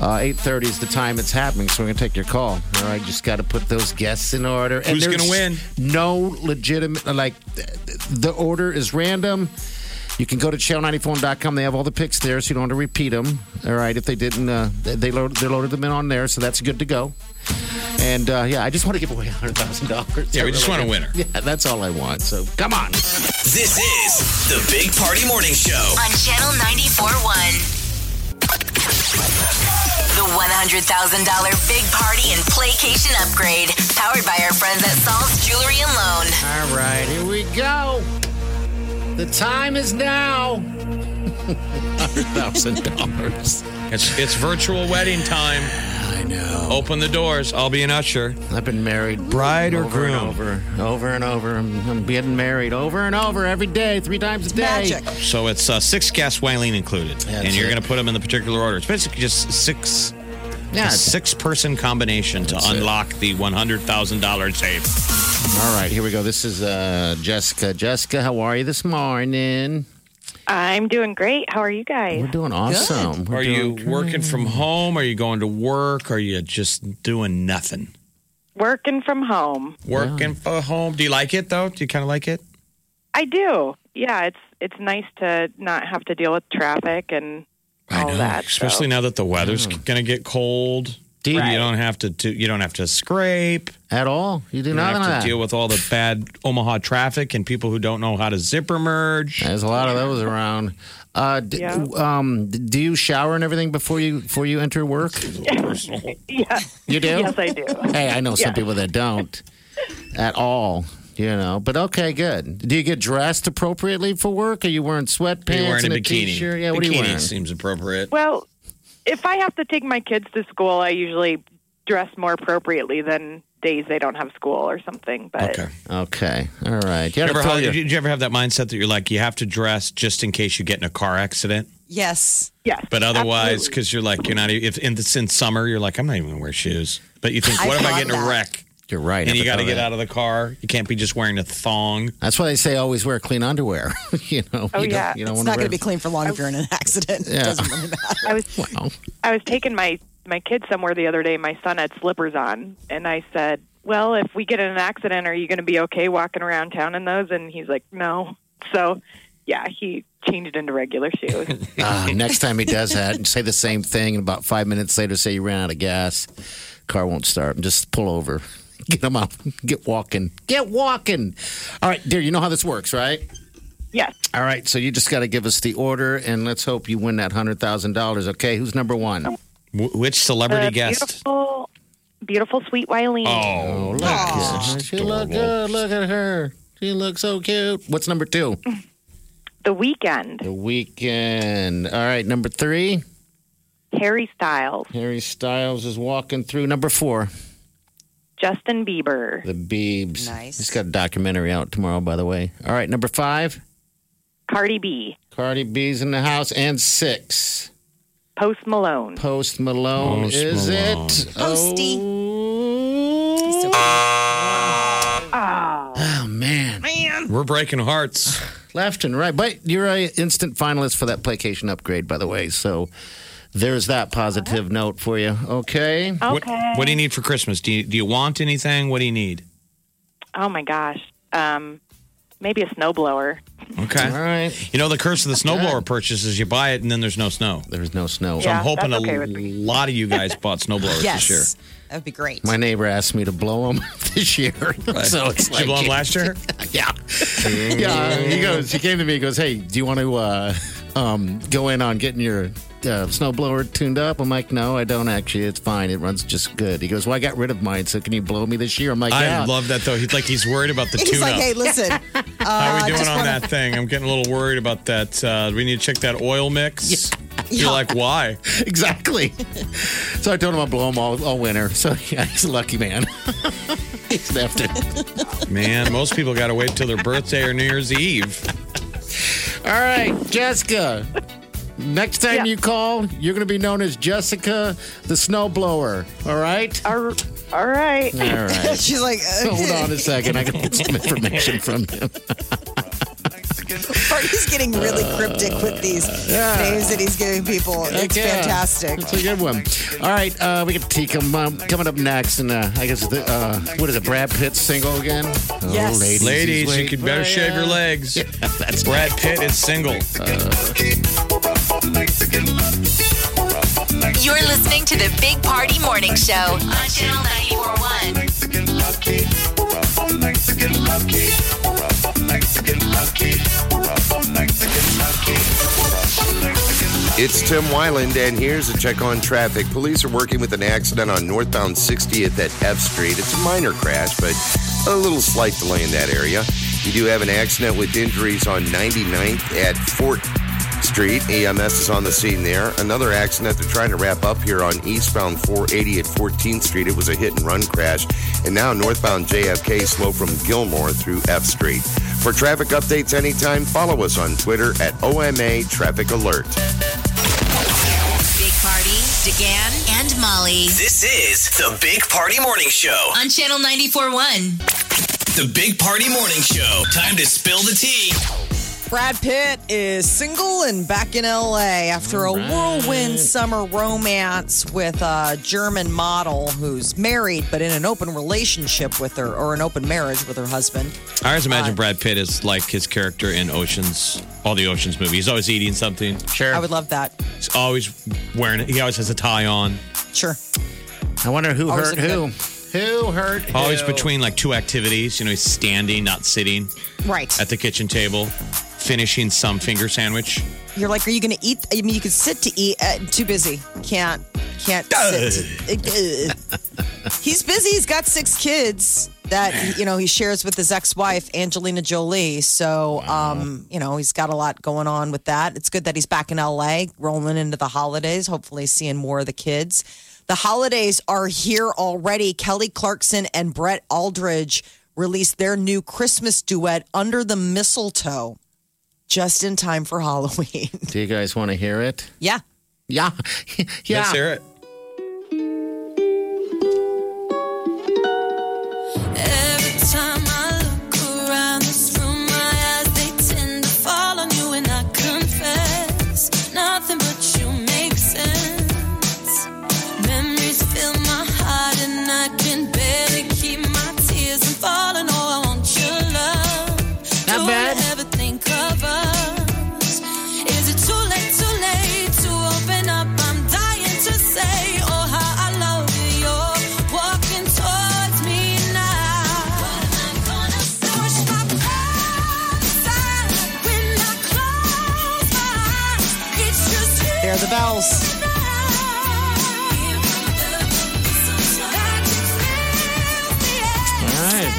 uh, 830 is the time it's happening, so we're going to take your call. All right, just got to put those guests in order. Who's there's gonna win? No legitimate, like, th- th- the order is random. You can go to channel94.com. They have all the picks there, so you don't have to repeat them. All right, if they didn't, uh, they, they, load, they loaded them in on there, so that's good to go. And uh, yeah, I just want to give away hundred thousand dollars. Yeah, we just want a winner. Yeah, that's all I want. So come on. This is the Big Party Morning Show. On Channel 94.1. The $100,000 Big Party and Playcation Upgrade. Powered by our friends at Saul's Jewelry and Loan. All right, here we go. The time is now. Hundred thousand dollars. It's it's virtual wedding time. I know. Open the doors. I'll be an usher. I've been married. [laughs] Bride or over groom? And over, over and over. I'm, I'm getting married over and over every day, three times a day. So it's uh, six gas whaling included, and you're it. going to put them in the particular order. It's basically just six. Yeah. a six-person combination to That's it. unlock the one hundred thousand dollars safe. All right, here we go. This is uh, Jessica. Jessica, how are you this morning? I'm doing great. How are you guys? We're doing awesome. We're Are you doing working from home? Are you going to work? Are you just doing nothing? Working from home. Working from home. Do you like it though? Do you kind of like it? I do. Yeah, it's it's nice to not have to deal with traffic and all that. Especially now that the weather's Mm. going to get cold. Deep. You don't have to. do- You don't have to scrape at all. You do You don't nothing have of to that. deal with all the bad Omaha traffic and people who don't know how to zipper merge. There's a lot of those around. Uh, d- Yeah. um, d- do you shower and everything before you before you enter work? Yeah. You do? Yes, I do. Hey, I know some Yeah. people that don't at all. You know, but okay, good. Do you get dressed appropriately for work? Are you wearing sweatpants You're wearing a and a, bikini. t-shirt? Yeah, what are bikini you wearing? seems appropriate. Well, if I have to take my kids to school, I usually dress more appropriately than days they don't have school or something. But Okay, all right. You Did you, gotta ever, fill how- your- did you ever have that mindset that you're like, you have to dress just in case you get in a car accident? Yes. Yes. But otherwise, because you're like, you're not, e- if in, it's in summer, you're like, I'm not even going to wear shoes. But you think, I what if I thought get in a that. wreck? You're right. And I you got to forgot get that. out of the car. You can't be just wearing a thong. That's why they say always wear clean underwear. [laughs] you know, you don't, you don't it's want not to going to be clean for long if you're in an accident. It Yeah. doesn't really matter. [laughs] I was I was taking my my kid somewhere the other day. My son had slippers on, and I said, "Well, if we get in an accident, are you going to be okay walking around town in those?" And he's like, "No." So yeah, he changed into regular shoes. [laughs] Ah, next time he does that, and say the same thing, and about five minutes later, say you ran out of gas, car won't start, and just pull over, [laughs] get him out, get walking, get walking. All right, dear, you know how this works, right? Yes. All right, so you just got to give us the order, and let's hope you win that hundred thousand dollars. Okay, who's number one? which celebrity The Uh, Beautiful, beautiful sweet Wileen. Oh, look, she look good. Look at her. She looks so cute. What's number two? The Weekend. The weekend. All right, number three. Harry Styles. Harry Styles is walking through. Number four. Justin Bieber. The Biebs. Nice. He's got a documentary out tomorrow, by the way. All right, number five. Cardi B. Cardi B's in the house. And six. Post Malone. Post Malone. Post is Malone. it? Posty. Ah. Oh, man. Man. We're breaking hearts. Left and right. But you're a instant finalist for that placation upgrade, by the way. So there's that positive note for you. Okay. What, what do you need for Christmas? Do you, do you want anything? What do you need? Oh my gosh. Um, maybe a snowblower. Okay. All right. You know, the curse of the snowblower purchase is you buy it and then there's no snow. There's no snow. So Yeah, I'm hoping a that's okay with lot of you guys [laughs] bought snowblowers yes, this year. that would be great. [laughs] My neighbor asked me to blow [laughs] him this year. So it's Did like you blow 'em last year? [laughs] yeah. yeah. He goes, he came to me, he goes, Hey, do you want to uh, um, go in on getting your uh, snowblower tuned up? I'm like, No, I don't actually. It's fine. It runs just good. He goes, Well, I got rid of mine. So can you blow me this year? I'm like, I Yeah. love that though. He's like he's worried about the [laughs] He's tune like, up. hey, listen. Uh, [laughs] How are we I doing just on wanna- that thing? I'm getting a little worried about that. Uh, we need to check that oil mix. You're Yeah. like, why? [laughs] exactly. so I told him I'll blow him all, all winter. So yeah, he's a lucky man. [laughs] he's left it. Man, most people got to wait till their birthday or New Year's Eve. All right, Jessica. Next time you call, you're going to be known as Jessica the Snowblower. All right? All right. All right. She's like, uh, Hold on a second. I can get some information from you. Party's getting really cryptic with these names that he's giving people. It's Okay. fantastic. It's a good one. All right, uh, we got Tika um, coming up next, and uh, I guess the, uh, what is it? Brad Pitt's single again? Yes. oh, ladies, Ladies, he's you waiting could better for shave ya. your legs. Yeah, [laughs] that's Uh. Brad Pitt is single. You're listening to the Big Party Morning Show on Channel 941. It's Tim Wyland, and here's a check on traffic. Police are working with an accident on northbound 60th at F Street. It's a minor crash, but a little slight delay in that area. You do have an accident with injuries on 99th at Fort Street. EMS is on the scene there. Another accident they're trying to wrap up here on eastbound 480 at 14th Street. It was a hit and run crash. And now northbound JFK slow from Gilmore through F Street. For traffic updates anytime, follow us on Twitter at OMA Traffic Alert. Big Party, DeGan, and Molly This is the Big Party Morning Show. on Channel 941. The Big Party Morning Show. Time to spill the tea. Brad Pitt is single and back in LA after a whirlwind summer romance with a German model who's married but in an open relationship with her or an open marriage with her husband. I always imagine Uh, Brad Pitt is like his character in Oceans, all the Oceans movies. He's always eating something. Sure. I would love that. He's always wearing it. He always has a tie on. Sure. I wonder who Always hurt a who. Who hurt Always who? between like two activities. You know, he's standing, not sitting. Right. At the kitchen table, finishing some finger sandwich. You're like, are you going to eat? I mean, you could sit to eat. Uh, too busy. Can't. Can't sit. to- uh, uh. he's busy. He's got six kids that you know he shares with his ex-wife Angelina Jolie. So, um, you know, he's got a lot going on with that. It's good that he's back in LA, rolling into the holidays. Hopefully, seeing more of the kids. The holidays are here already. Kelly Clarkson and Brett Aldridge released their new Christmas duet, "Under the Mistletoe." Just in time for Halloween. Do you guys want to hear it? Yeah. Yeah. [laughs] yeah. Let's hear it. Every time I look around this room, my eyes they tend to fall on you, and I confess nothing but you make sense. Memories fill my heart, and I can barely keep my tears from falling. Oh, I want your love. Not Don't bad. ever think of us. "Oh, Hear the bells.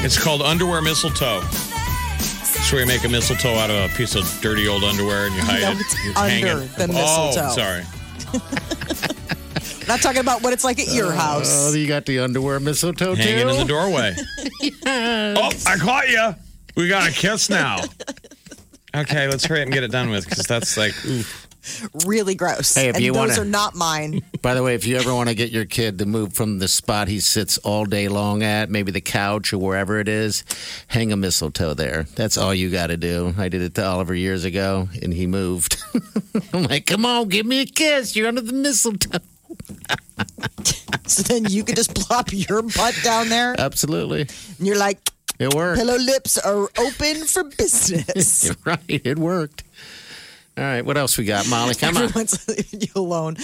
It's called underwear mistletoe. It's where you make a mistletoe out of a piece of dirty old underwear and you hide No, it. it's You hang under it. the mistletoe. Oh, sorry. Not talking about what it's like at your [laughs] house. Oh, you got the underwear mistletoe Hanging too? in the doorway. Oh, I caught you. We got a kiss now. Okay, let's hurry up and get it done with because that's like, oof. Really gross. Hey, if and you those wanna- are not mine. By the way, if you ever want to get your kid to move from the spot he sits all day long at, maybe the couch or wherever it is, hang a mistletoe there. That's all you got to do. I did it to Oliver years ago, and he moved. [laughs] [laughs] I'm like, come on, give me a kiss. You're under the mistletoe. So then you could just plop your butt down there. Absolutely. And you're like, It worked. pillow lips are open for business. You're right. It worked. All right. What else we got, [laughs] Molly? Come on. Everyone's [laughs] leaving you alone.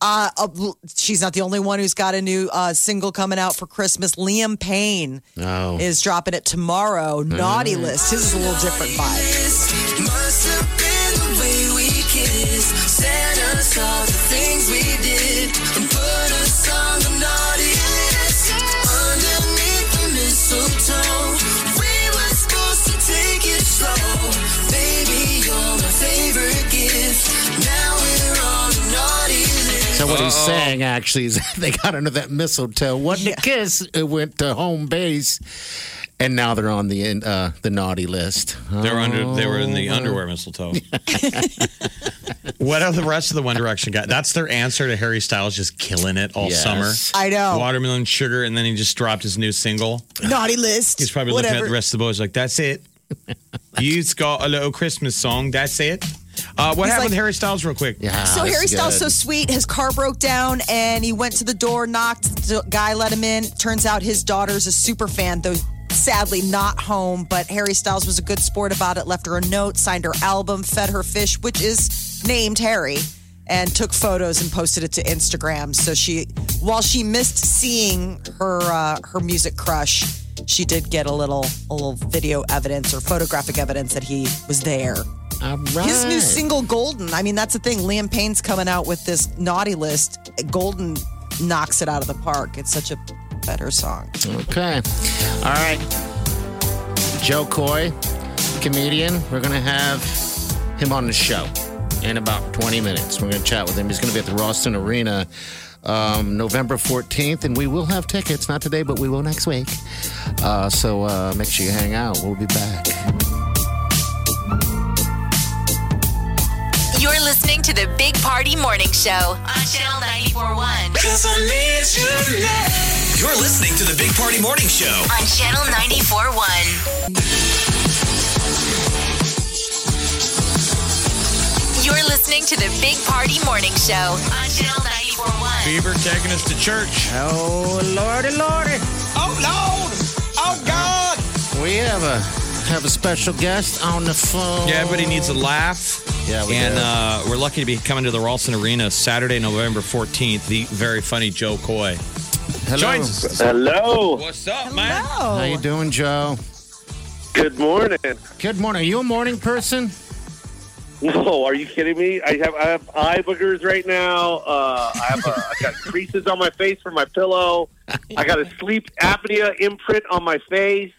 Uh, uh, she's not the only one who's got a new uh, single coming out for Christmas. Liam Payne Oh. Mm. is dropping it tomorrow. Naughty List. His is a little different vibe. Must have been the way we kissed. Said us all the things we did and put us on the naughty list. Underneath the mistletoe, we were supposed to take it slow. Baby, you're my favorite gift. Now we're on the naughty list. So what he's saying actually is [laughs] they got under that mistletoe, wasn't a kiss. It went to home base, and now they're on the in- uh, the naughty list. They were under. They were in the Oh, underwear [laughs] mistletoe. [laughs] what are the rest of the One Direction guys? That's their answer to Harry Styles just killing it all Yes. summer. I know. Watermelon Sugar, and then he just dropped his new single. Naughty List. He's probably looking at whatever. the rest of the boys like, "That's [laughs] it. You've got a little Christmas song. That's it." Uh, what He's happened like- to Harry Styles, real quick? Yeah. So that's Harry Styles so good. sweet. His car broke down, and he went to the door, knocked. The guy let him in. Turns out his daughter's a super fan, though sadly not home. But Harry Styles was a good sport about it. Left her a note, signed her album, fed her fish, which is named Harry, and took photos and posted it to Instagram. So she, while she missed seeing her uh, her music crush, she did get a little a little video evidence or photographic evidence that he was there. All right. His new single, Golden. I mean, that's the thing. Liam Payne's coming out with this naughty list. Golden knocks it out of the park. It's such a better song. Okay. All right. Joe Coy, comedian. We're going to have him on the show in about 20 minutes. We're going to chat with him. He's going to be at the Ralston Arena um, November 14th, and we will have tickets. Not today, but we will next week. Uh, so uh, make sure you hang out. We'll be back. You're listening to the Big Party Morning Show on Channel 941. Cause I need you now. You're listening to the Big Party Morning Show. On Channel 941. You're listening to the Big Party Morning Show on Channel 941. Bieber taking us to church. Oh, Lordy, Lordy. Oh, Lord. Oh, God. We have a have a special guest on the phone. Yeah, everybody needs a laugh. Yeah, we and do. uh, we're lucky to be coming to the Ralston Arena Saturday, November 14th. The very funny Joe Coy Hello. joins us. Hello. What's up, man? How you doing, Joe? Good morning. Good morning. Are you a morning person? No, are you kidding me? I have I have eye boogers right now. Uh, I have a, I got creases on my face from my pillow. I got a sleep apnea imprint on my face.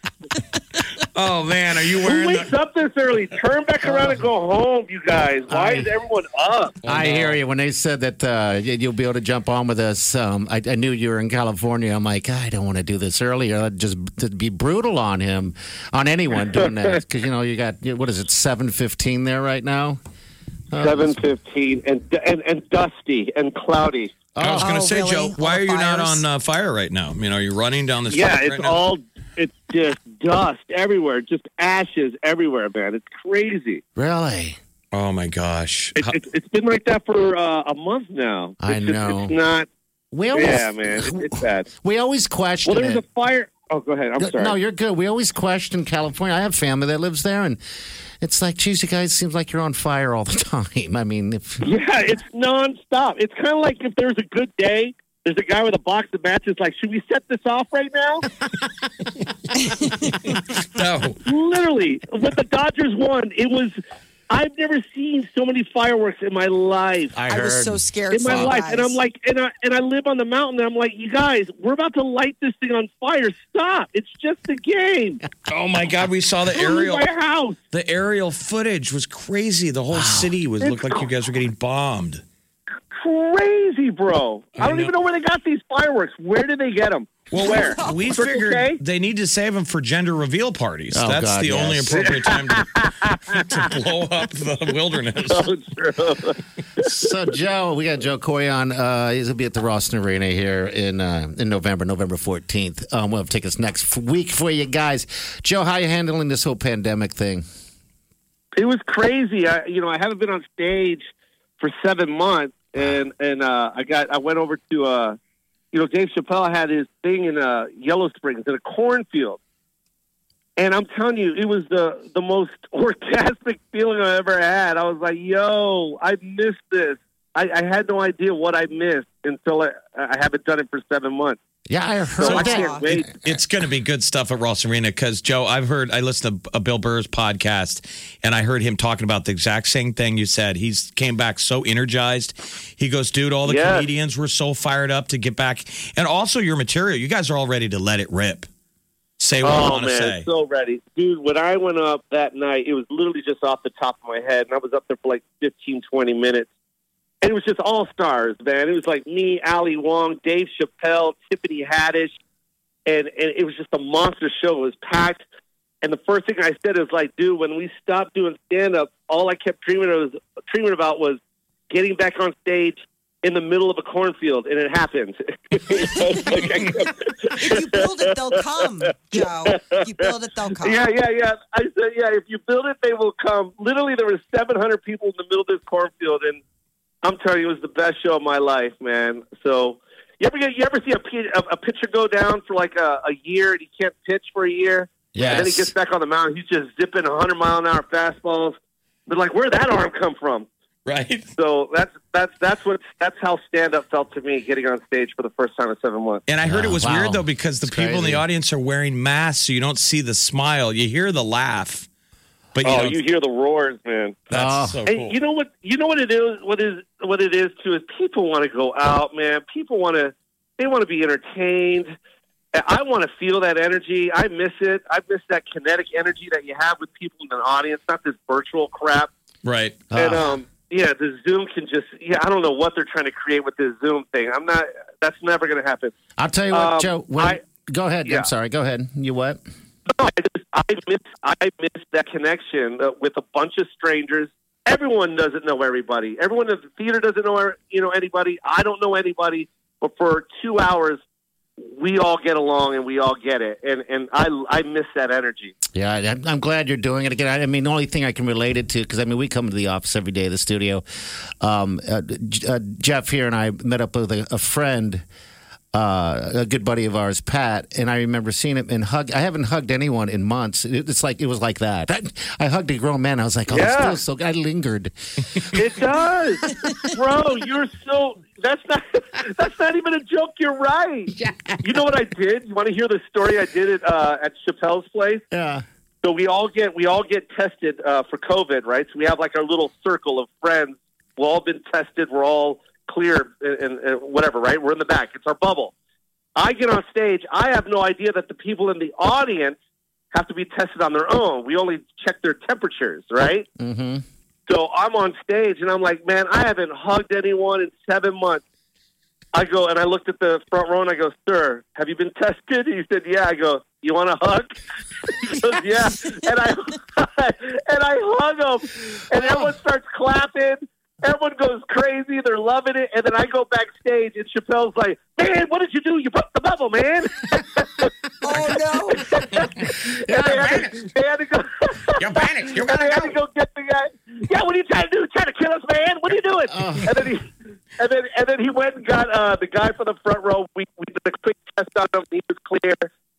Oh man, are you Who wearing? wakes The- up this early? Turn back around and go home, you guys. Why is everyone up? I hear you. When they said that uh, y- you'll be able to jump on with us, um, I, I knew you were in California. I'm like, I don't want to do this earlier. I'd just to be brutal on him, on anyone [laughs] doing that, because you know you got what is it, seven fifteen there right now? Oh, Seven fifteen and and and dusty and cloudy. I was going to Oh, say, really? Joe, why All are you not fires? on uh, fire right now? I mean, are you running down the street? Yeah, right it's now? all it's just dust everywhere, just ashes everywhere, man. It's crazy. Really? Oh my gosh. It, How- it, it's been like that for uh, a month now. I It's just- know. It's not. We always, Yeah, man, it's, it's bad. [laughs] we always question Well, there was a it. fire. Oh, go ahead. I'm sorry. No, you're good. We always question California. I have family that lives there, and it's like, geez, you guys seems like you're on fire all the [laughs] time. I mean, if yeah, it's nonstop. It's kind of like if there's a good day, there's a guy with a box of matches. Like, should we set this off right [laughs] now? no. Literally, when the Dodgers won, it was. I've never seen so many fireworks in my life. I I was heard. so scared in my for you life, guys. and I'm like, and I and I live on the mountain. And I'm like, you guys, we're about to light this thing on fire. Stop! It's just a game. Oh my God, we saw the Don't leave aerial. my house. The aerial footage was crazy. The whole city was looked like you guys were getting bombed. Crazy, bro. I, I don't know. even know where they got these fireworks. Where did they get them? [laughs] where we Circle figured K? they need to save them for gender reveal parties. Oh, That's God, the only yes. appropriate time [laughs] to, to blow up the [laughs] wilderness. Oh, so Joe, we got Joe Corey on. Uh, he'll be at the Ross Arena here in uh, in November, November fourteenth. Um, we'll have tickets next f- week for you guys. Joe, how you handling this whole pandemic thing? it was crazy. I, you know, I haven't been on stage for seven months, and and uh, I got I went over to uh, you know Dave Chappelle had his thing in uh, Yellow Springs in a cornfield, and I'm telling you, it was the the most [laughs] orgasmic feeling I ever had. I was like, yo, I missed this. I, I had no idea what I missed until I, I haven't done it for seven months. Yeah, I heard So I that. can't wait. It- it's going to be good stuff at Ross Arena because Joe, I've heard I listened to a Bill Burr's podcast and I heard him talking about the exact same thing you said. He's came back so energized. He goes, dude, all the Yes. comedians were so fired up to get back, and also your material. You guys are all ready to let it rip. Say what you oh want to man, say. so ready, dude. When I went up that night, it was literally just off the top of my head, and I was up there for like 15, 20 minutes, and it was just all stars, man. It was like me, Ali Wong, Dave Chappelle, Tiffany Haddish, and and it was just a monster show. It was packed, and the first thing I said is like, dude, when we stopped doing stand up, all I kept dreaming of was dreaming about was getting back on stage. In the middle of a cornfield, and it [laughs] happened. if you build it, they'll come, Joe. If you build it, they'll come. Yeah, yeah, yeah. I said, yeah. If you build it, they will come. Literally, there were 700 people in the middle of this cornfield, and I'm telling you, it was the best show of my life, man. So, you ever get, you ever see a, pe- a, a pitcher go down for like a, a year and he can't pitch for a year? And then he Yes. gets back on the mound. He's just zipping 100 mile an hour fastballs. They're like, where'd that arm come from? Right. So that's that's that's what that's how stand up felt to me getting on stage for the first time in seven months. And I heard it was weird though because the people in the audience are wearing masks, so you don't see the smile. You hear the laugh, but you oh, don't- you hear the roars, man. That's so And cool. you know what? You know what it is. What is what it is too is people want to go out, man. People want to. They want to be entertained. I- I want to feel that energy. I miss it. I miss that kinetic energy that you have with people in an audience, not this virtual crap. [laughs] right? Ah. And um, yeah, the Zoom can just. Yeah, I don't know what they're trying to create with this Zoom thing. I'm not. That's never going to happen. I'll tell you what, Um, Joe. When, I- go ahead. yeah. I'm sorry. Go ahead. You what? I miss I miss that connection uh, with a bunch of strangers. Everyone doesn't know everybody. Everyone in the theater doesn't know you know anybody. I don't know anybody, but for two hours, we all get along and we all get it. And and I I miss that energy. Yeah, I- I'm glad you're doing it again. I I mean, the only thing I can relate it to, because I mean, we come to the office every day, the studio. Um, uh, J- uh, Jeff here and I met up with a, a friend, uh, a good buddy of ours, Pat, and I remember seeing him and hug. I haven't hugged anyone in months. It, it's like it was like that. I, I hugged a grown man. I was like, oh, this Yeah. feels so. I lingered. It does, bro. You're so that's not that's not even a joke. You're right. You know what I did? You want to hear the story I did at uh, at Chappelle's place? Yeah. So we all get we all get tested uh, for COVID, right? So we have like our little circle of friends. We've all been tested. We're all clear and, and, and whatever, right? We're in the back. It's our bubble. I get on stage. I have no idea that the people in the audience have to be tested on their own. We only check their temperatures, right? Mm-hmm. So I'm on stage and I'm like, man, I haven't hugged anyone in seven months. I go and I looked at the front row and I go, sir, have you been tested? He said, yeah. I go, you want a hug? [laughs] He goes, yeah. And I [laughs] and I hug him, and everyone starts clapping. Everyone goes crazy. They're loving it. And then I go backstage, and Chappelle's like, "Man, what did you do? You broke the bubble, man!" oh no! and they had, to, they had to go. You're panicked. You're and [laughs] they had to go get the guy. Yeah, what are you trying to do? Trying to kill us, man? What are you doing? And then he. And then, and then he went and got uh, the guy from the front row. We, we did a quick test on him. He was clear.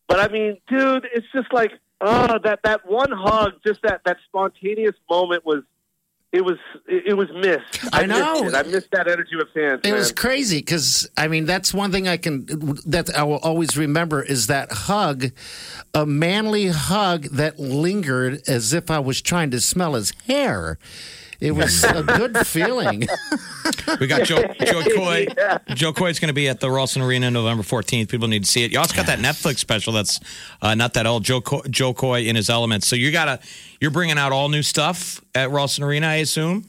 But I mean, dude, it's just like, oh, that, that one hug, just that, that spontaneous moment was It was it it was missed. I missed know. it. I missed that energy with fans. It man. was crazy because I mean that's one thing I can that I will always remember is that hug, a manly hug that lingered as if I was trying to smell his hair. [laughs] It was a good feeling. We [laughs] got Joe, Joe Coy. Joe Coy's going to be at the Ralston Arena November 14th. People need to see it. You also got that Netflix special that's uh, not that old. Joe Coy, Joe Coy in his element. So you gotta you're bringing out all new stuff at Ralston Arena, I assume.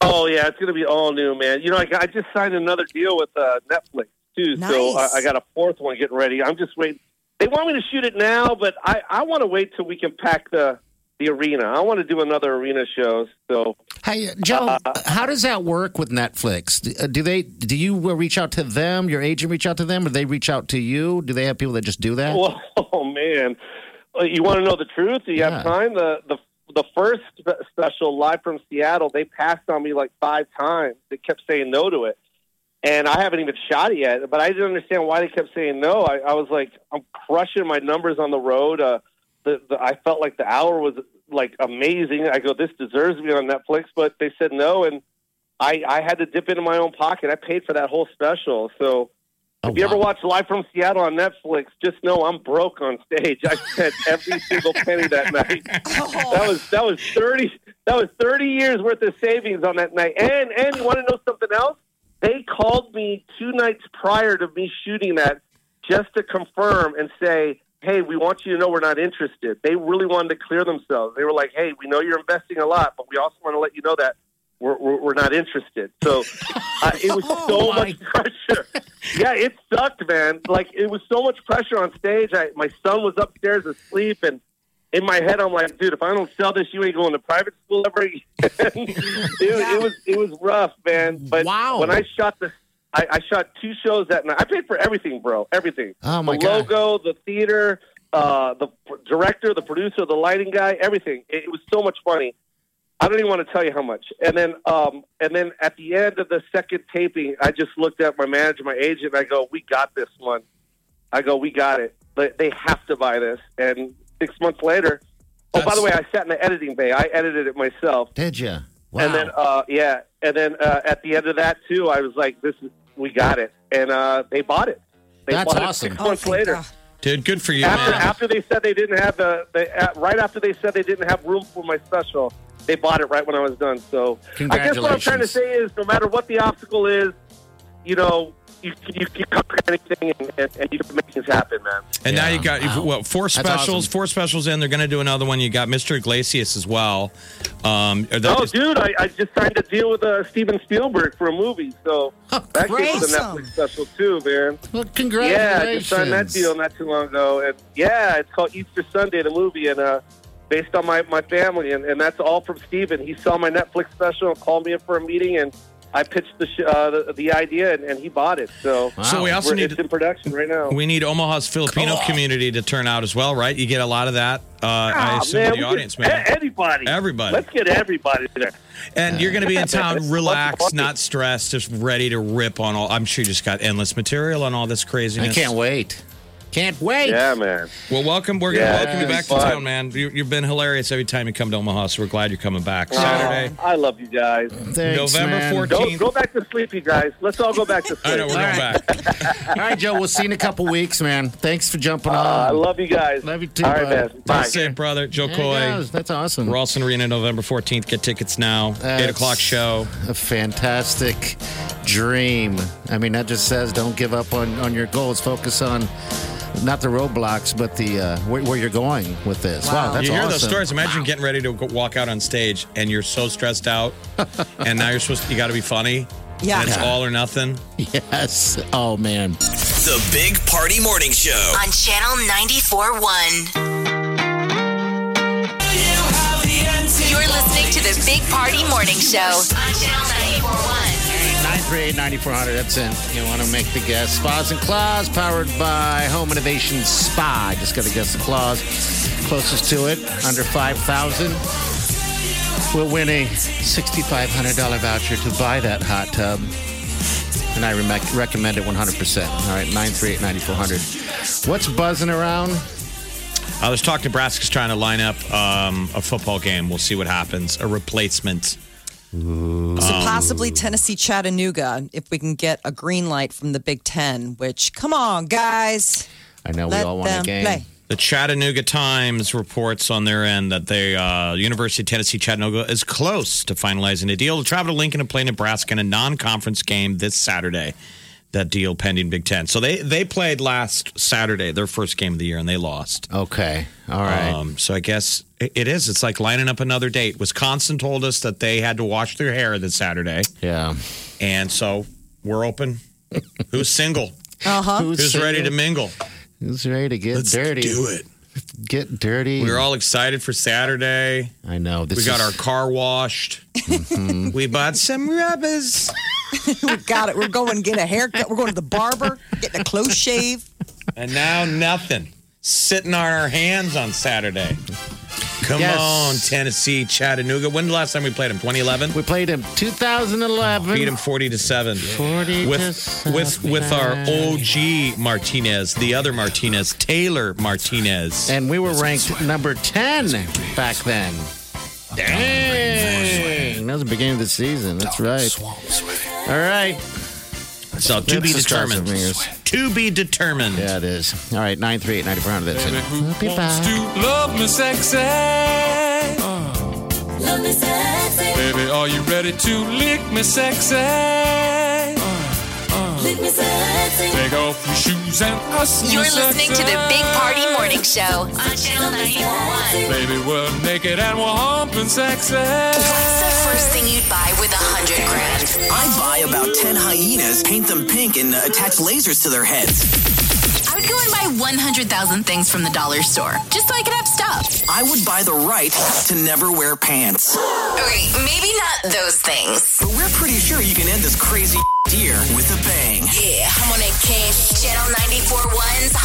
Oh yeah, it's gonna be all new, man. You know, I, I just signed another deal with uh, Netflix too, so I, Nice. I got a fourth one getting ready. I'm just waiting. They want me to shoot it now, but I, I want to wait till we can pack the the arena. I want to do another arena show. So Hey Joe, how does that work with Netflix? Do- uh, Do they do you uh, reach out to them? Your agent reach out to them, or they reach out to you? Do they have people that just do that? [laughs] Oh man, Uh, you want to know the truth? Do you have time? The the the first spe- special live from Seattle, they passed on me like five times. They kept saying no to it, and I haven't even shot it yet. But I didn't understand why they kept saying no. I, I was like, I'm crushing my numbers on the road. Uh, the, the I felt like the hour was like amazing. I go, this deserves to be on Netflix, but they said no, and I I had to dip into my own pocket. I paid for that whole special, so. If you ever watch Live from Seattle on Netflix, just know I'm broke on stage. I spent every single penny that night. That was that was thirty that was thirty years worth of savings on that night. And and you want to know something else? They called me two nights prior to me shooting that just to confirm and say, "Hey, we want you to know we're not interested." They really wanted to clear themselves. They were like, "Hey, we know you're investing a lot, but we also want to let you know that." We're, we're, we're not interested. So uh, it was so much yeah, it sucked, man. Like it was so much pressure on stage. I, my son was upstairs asleep, and in my head, I'm like, dude, if I don't sell this, you ain't going to private school ever again. [laughs] dude, it was it was rough, man. But wow. when I shot the, I, I shot two shows that night. I paid for everything, bro. Everything. Oh, my the God. logo, the theater, uh, the pr- director, the producer, the lighting guy, everything. It, it was so much money. I don't even want to tell you how much. And then, um, and then at the end of the second taping, I just looked at my manager, my agent. And I go, "We got this one." I go, "We got it." They, they have to buy this. And six months later, oh by the way, I sat in the editing bay. I edited it myself. Did you? And then, uh, yeah, and then uh, at the end of that too, I was like, "This is we got it," and uh, they bought it. They That's bought awesome. It six months later Dude, good for you, after, man. [laughs] after they said they didn't have the, the uh, right after they said they didn't have room for my special, they bought it right when I was done. So I guess what I'm trying to Congratulations. say is, no matter what the obstacle is, you know, you you can conquer anything and, and, and you can make things happen, man. And now you got you've what four That's specials, awesome. four specials in. They're going to do another one. You got Mr. Iglesias as well. Um, are the- oh, dude, I, I just signed a deal with uh, Steven Spielberg for a movie, so Oh, that came with a awesome. Netflix special too, man. Well, Yeah, I just signed that congratulations. deal not too long ago, and yeah, it's called Easter Sunday, the movie, and uh, based on my my family, and, and that's all from Steven. He saw my Netflix special and called me in for a meeting, and I pitched the sh- uh, the, the idea, and, and he bought it. So, So we also we're- need it's in production right now. we uh, need Omaha's Filipino community to turn out as well, right? You get a lot of that. Uh, I Ah, assume man, the we audience, get man. e- Everybody, Everybody. Let's get everybody there. And you're going to [laughs] be Yeah, in town, man. relaxed, not stressed, just ready to rip on all. I'm sure you just got endless material on all this craziness. I can't wait. Can't wait. Yeah, man. Well, welcome. We're going to Yeah, welcome you it's back fun. to town, man. You, you've been hilarious every time you come to Omaha, so we're glad you're coming back. Aw, Saturday, Ah, I love you guys. November man. 14th. Go, go back to sleep, you guys. Let's all go back to sleep. I know, we're going back. All right, Joe. We'll see you in a couple weeks, man. Thanks for jumping on. Uh, I love you guys. Love you too. All right, bud. man. Bye. safe, brother. Joe There he Coy. goes. That's awesome. Ralston Arena, November 14th. Get tickets now. 8 That's o'clock show. A fantastic dream. I mean, that just says don't give up on, on your goals. Focus on not the roadblocks, but the uh, where, where you're going with this. Wow, that's you hear awesome. those stories. Imagine getting ready to go walk out on stage and you're so stressed [laughs] out, and now you're supposed to, you got to be funny. Yeah. And it's all or nothing. Yes. Oh, man. The Big Party Morning Show. On Channel 94.1. You're listening to the Big Party Morning Show. On Channel 94.1. 938 9400. That's it. You want to make the guess. Spas and Claws, powered by Home Innovation Spa. Just got to guess the claws. Closest to it, under 5,000. We'll win a $6,500 voucher to buy that hot tub. And I rec- recommend it 100%. All right, 938 9400. What's buzzing around? Uh, there's talk Nebraska's trying to line up um, a football game. We'll see what happens. A replacement. So Um, possibly Tennessee Chattanooga if we can get a green light from the Big Ten. Which, come on, guys. [laughs] I know Let them play. The Chattanooga Times reports on their end that the uh, University of Tennessee Chattanooga is close to finalizing a deal to travel to Lincoln and play Nebraska in a non-conference game this Saturday. That deal pending Big Ten. So they they played last Saturday, their first game of the year, and they lost. Okay, all right. Um, so I guess it, it is. It's like lining up another date. Wisconsin told us that they had to wash their hair this Saturday. Yeah, and so we're [laughs] open. Who's single? Uh huh. Who's, ready to mingle? Who's ready to get dirty? do it. Get dirty. We were all excited for Saturday. I know. This we got is- Mm-hmm. our car washed. we bought some rubbers. we got it. We're going to get a haircut. We're going to the barber, getting a close shave. And now nothing. Sitting on our hands on Saturday. Come Yes. on, Tennessee, Chattanooga. When the last time we played him? 2011? We played him 2011. Beat him 40 to 7. 40 with, to with with our OG Martinez, the other Martinez, Taylor Martinez. And we were ranked number 10 back then. Dang. That was the beginning of the season. That's right. All right. So to be That's the cross determined. of fingers. To be determined. Yeah, it is. All right, 938 9400. That's it. Who We'll be wants back. to love me sexy? Uh. Love me sexy. Baby, are you ready to lick me sexy? Lick me sexy. Take off your shoes and us me You're listening to sexy. the Big Party Morning Show on Channel 941. Baby, we're naked and we're humping sexy. What's the first thing you'd buy with 100 grand? I buy about 10 hyenas, paint them pink, and uh, attach lasers to their heads. I would go and buy 100,000 things from the dollar store just so I could have stuff. I would buy the right to never wear pants. Okay, maybe not those things. But we're pretty sure you can end this crazy [laughs] year with a bang. Yeah, I'm on a cash. Channel 941's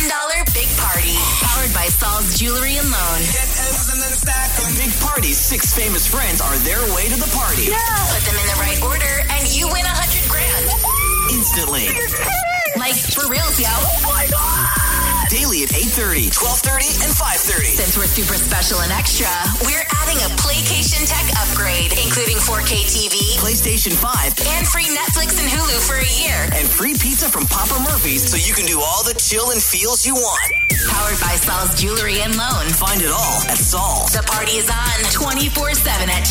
$100,000 Big Party. Powered by Saul's Jewelry and Loan. Big Party's six famous friends are their way to the party. Put them in the right order and you win 100 grand. Instantly. Like, for reals, yo. Daily at 8.30, 12.30, and 5.30. Since we're super special and extra, we're adding a PlayCation Tech upgrade, including 4K TV, PlayStation 5, and free Netflix and Hulu for a year. and free pizza from Papa Murphy's so you can do all the chill and feels you want. Powered by Saul's Jewelry and Loan. Find it all at Saul. The party is on 24 7 at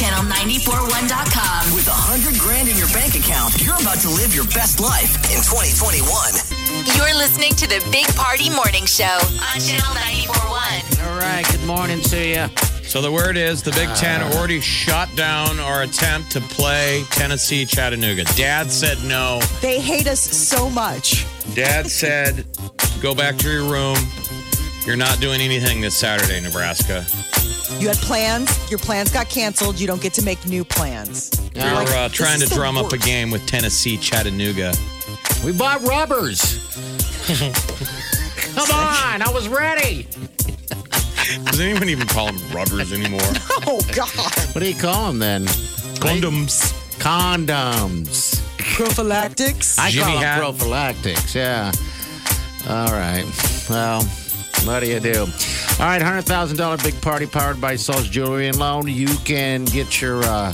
channel941.com. With 100 grand in your bank account, you're about to live your best life in 2021. You're listening to the Big Party Morning Show on Channel 941. All right, good morning to you. So the word is the Big Ten already shot down our attempt to play Tennessee Chattanooga. Dad said no. They hate us so much. Dad said, go back to your room. You're not doing anything this Saturday, Nebraska. You had plans. Your plans got canceled. You don't get to make new plans. You're Like, uh, this trying to is the drum up a worst. game with Tennessee Chattanooga. We bought rubbers. Come on, I was ready. [laughs] Does anyone even call them rubbers anymore? [laughs] Oh God! What do you call them then? Condoms. Condoms. Prophylactics. I Jimmy call them hat. prophylactics. Yeah. All right. Well, what do you do? All right, hundred thousand dollar big party powered by Saul's Jewelry and Loan. You can get your uh,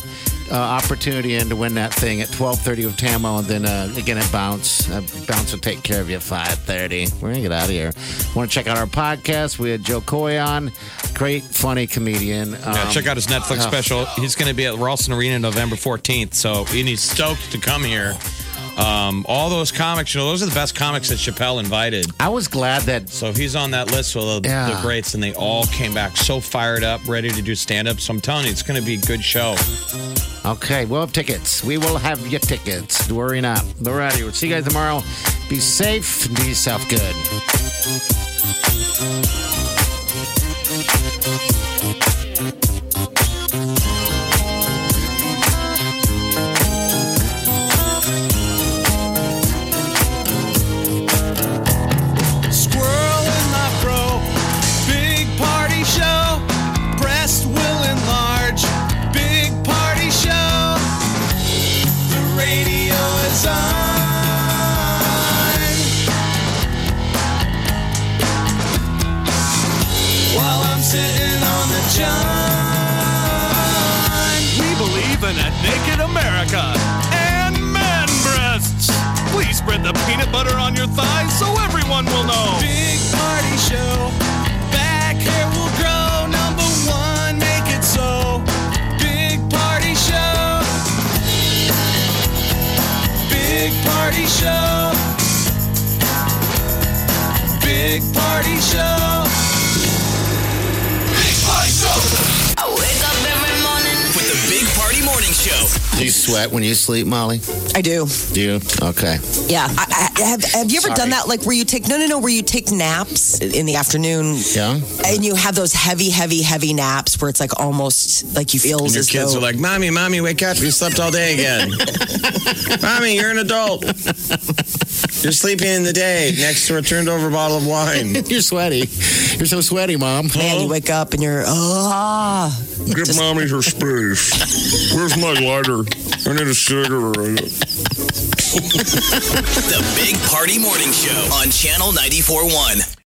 uh, opportunity in to win that thing at twelve thirty with Tamo, and then uh, again at Bounce. Uh, Bounce will take care of you at five thirty. We're gonna get out of here. Want to check out our podcast? We had Joe Coy on, great funny comedian. Yeah, Um, check out his Netflix uh, special. He's going to be at Ralston Arena November 14th. So, and he's stoked to come here. Um, all those comics, you know, those are the best comics that Chappelle invited. I was glad that So he's on that list with all the, Yeah. the greats, and they all came back so fired up, ready to do stand up. So I'm telling you, it's going to be a good show. Okay, we'll have tickets. We will have your tickets. Don't Worry not. We're out of here. We'll see you guys tomorrow. Be safe and do yourself good. Squirrel in my fro. Big party show. Breast will enlarge. Big party show. The radio is on. I'm sitting on the john. We believe in a naked America and man breasts. Please spread the peanut butter on your thighs so everyone will know. Big party show. Back hair will grow. Number one, make it so. Big party show. Big party show. Big party show. Big party show. I wake up every morning. With the Big Party Morning Show. Do you sweat when you sleep, Molly? I do. Do you? Okay. Yeah. I, I, have, have you ever Sorry. done that? Like where you take, no, no, no, where you take naps in the afternoon. Yeah. And you have those heavy, heavy, heavy naps where it's like almost like you feel And your as kids though. are like, Mommy, Mommy, wake up. You slept all day [laughs] again. mommy, you're an adult. You're sleeping in the day next to a turned over bottle of [laughs] wine. you're sweaty. You're so sweaty, Mom. Man, you wake up and you're, ah. Give mommy her space. Where's my lighter? I need a cigarette. the Big Party Morning Show on Channel 94.1.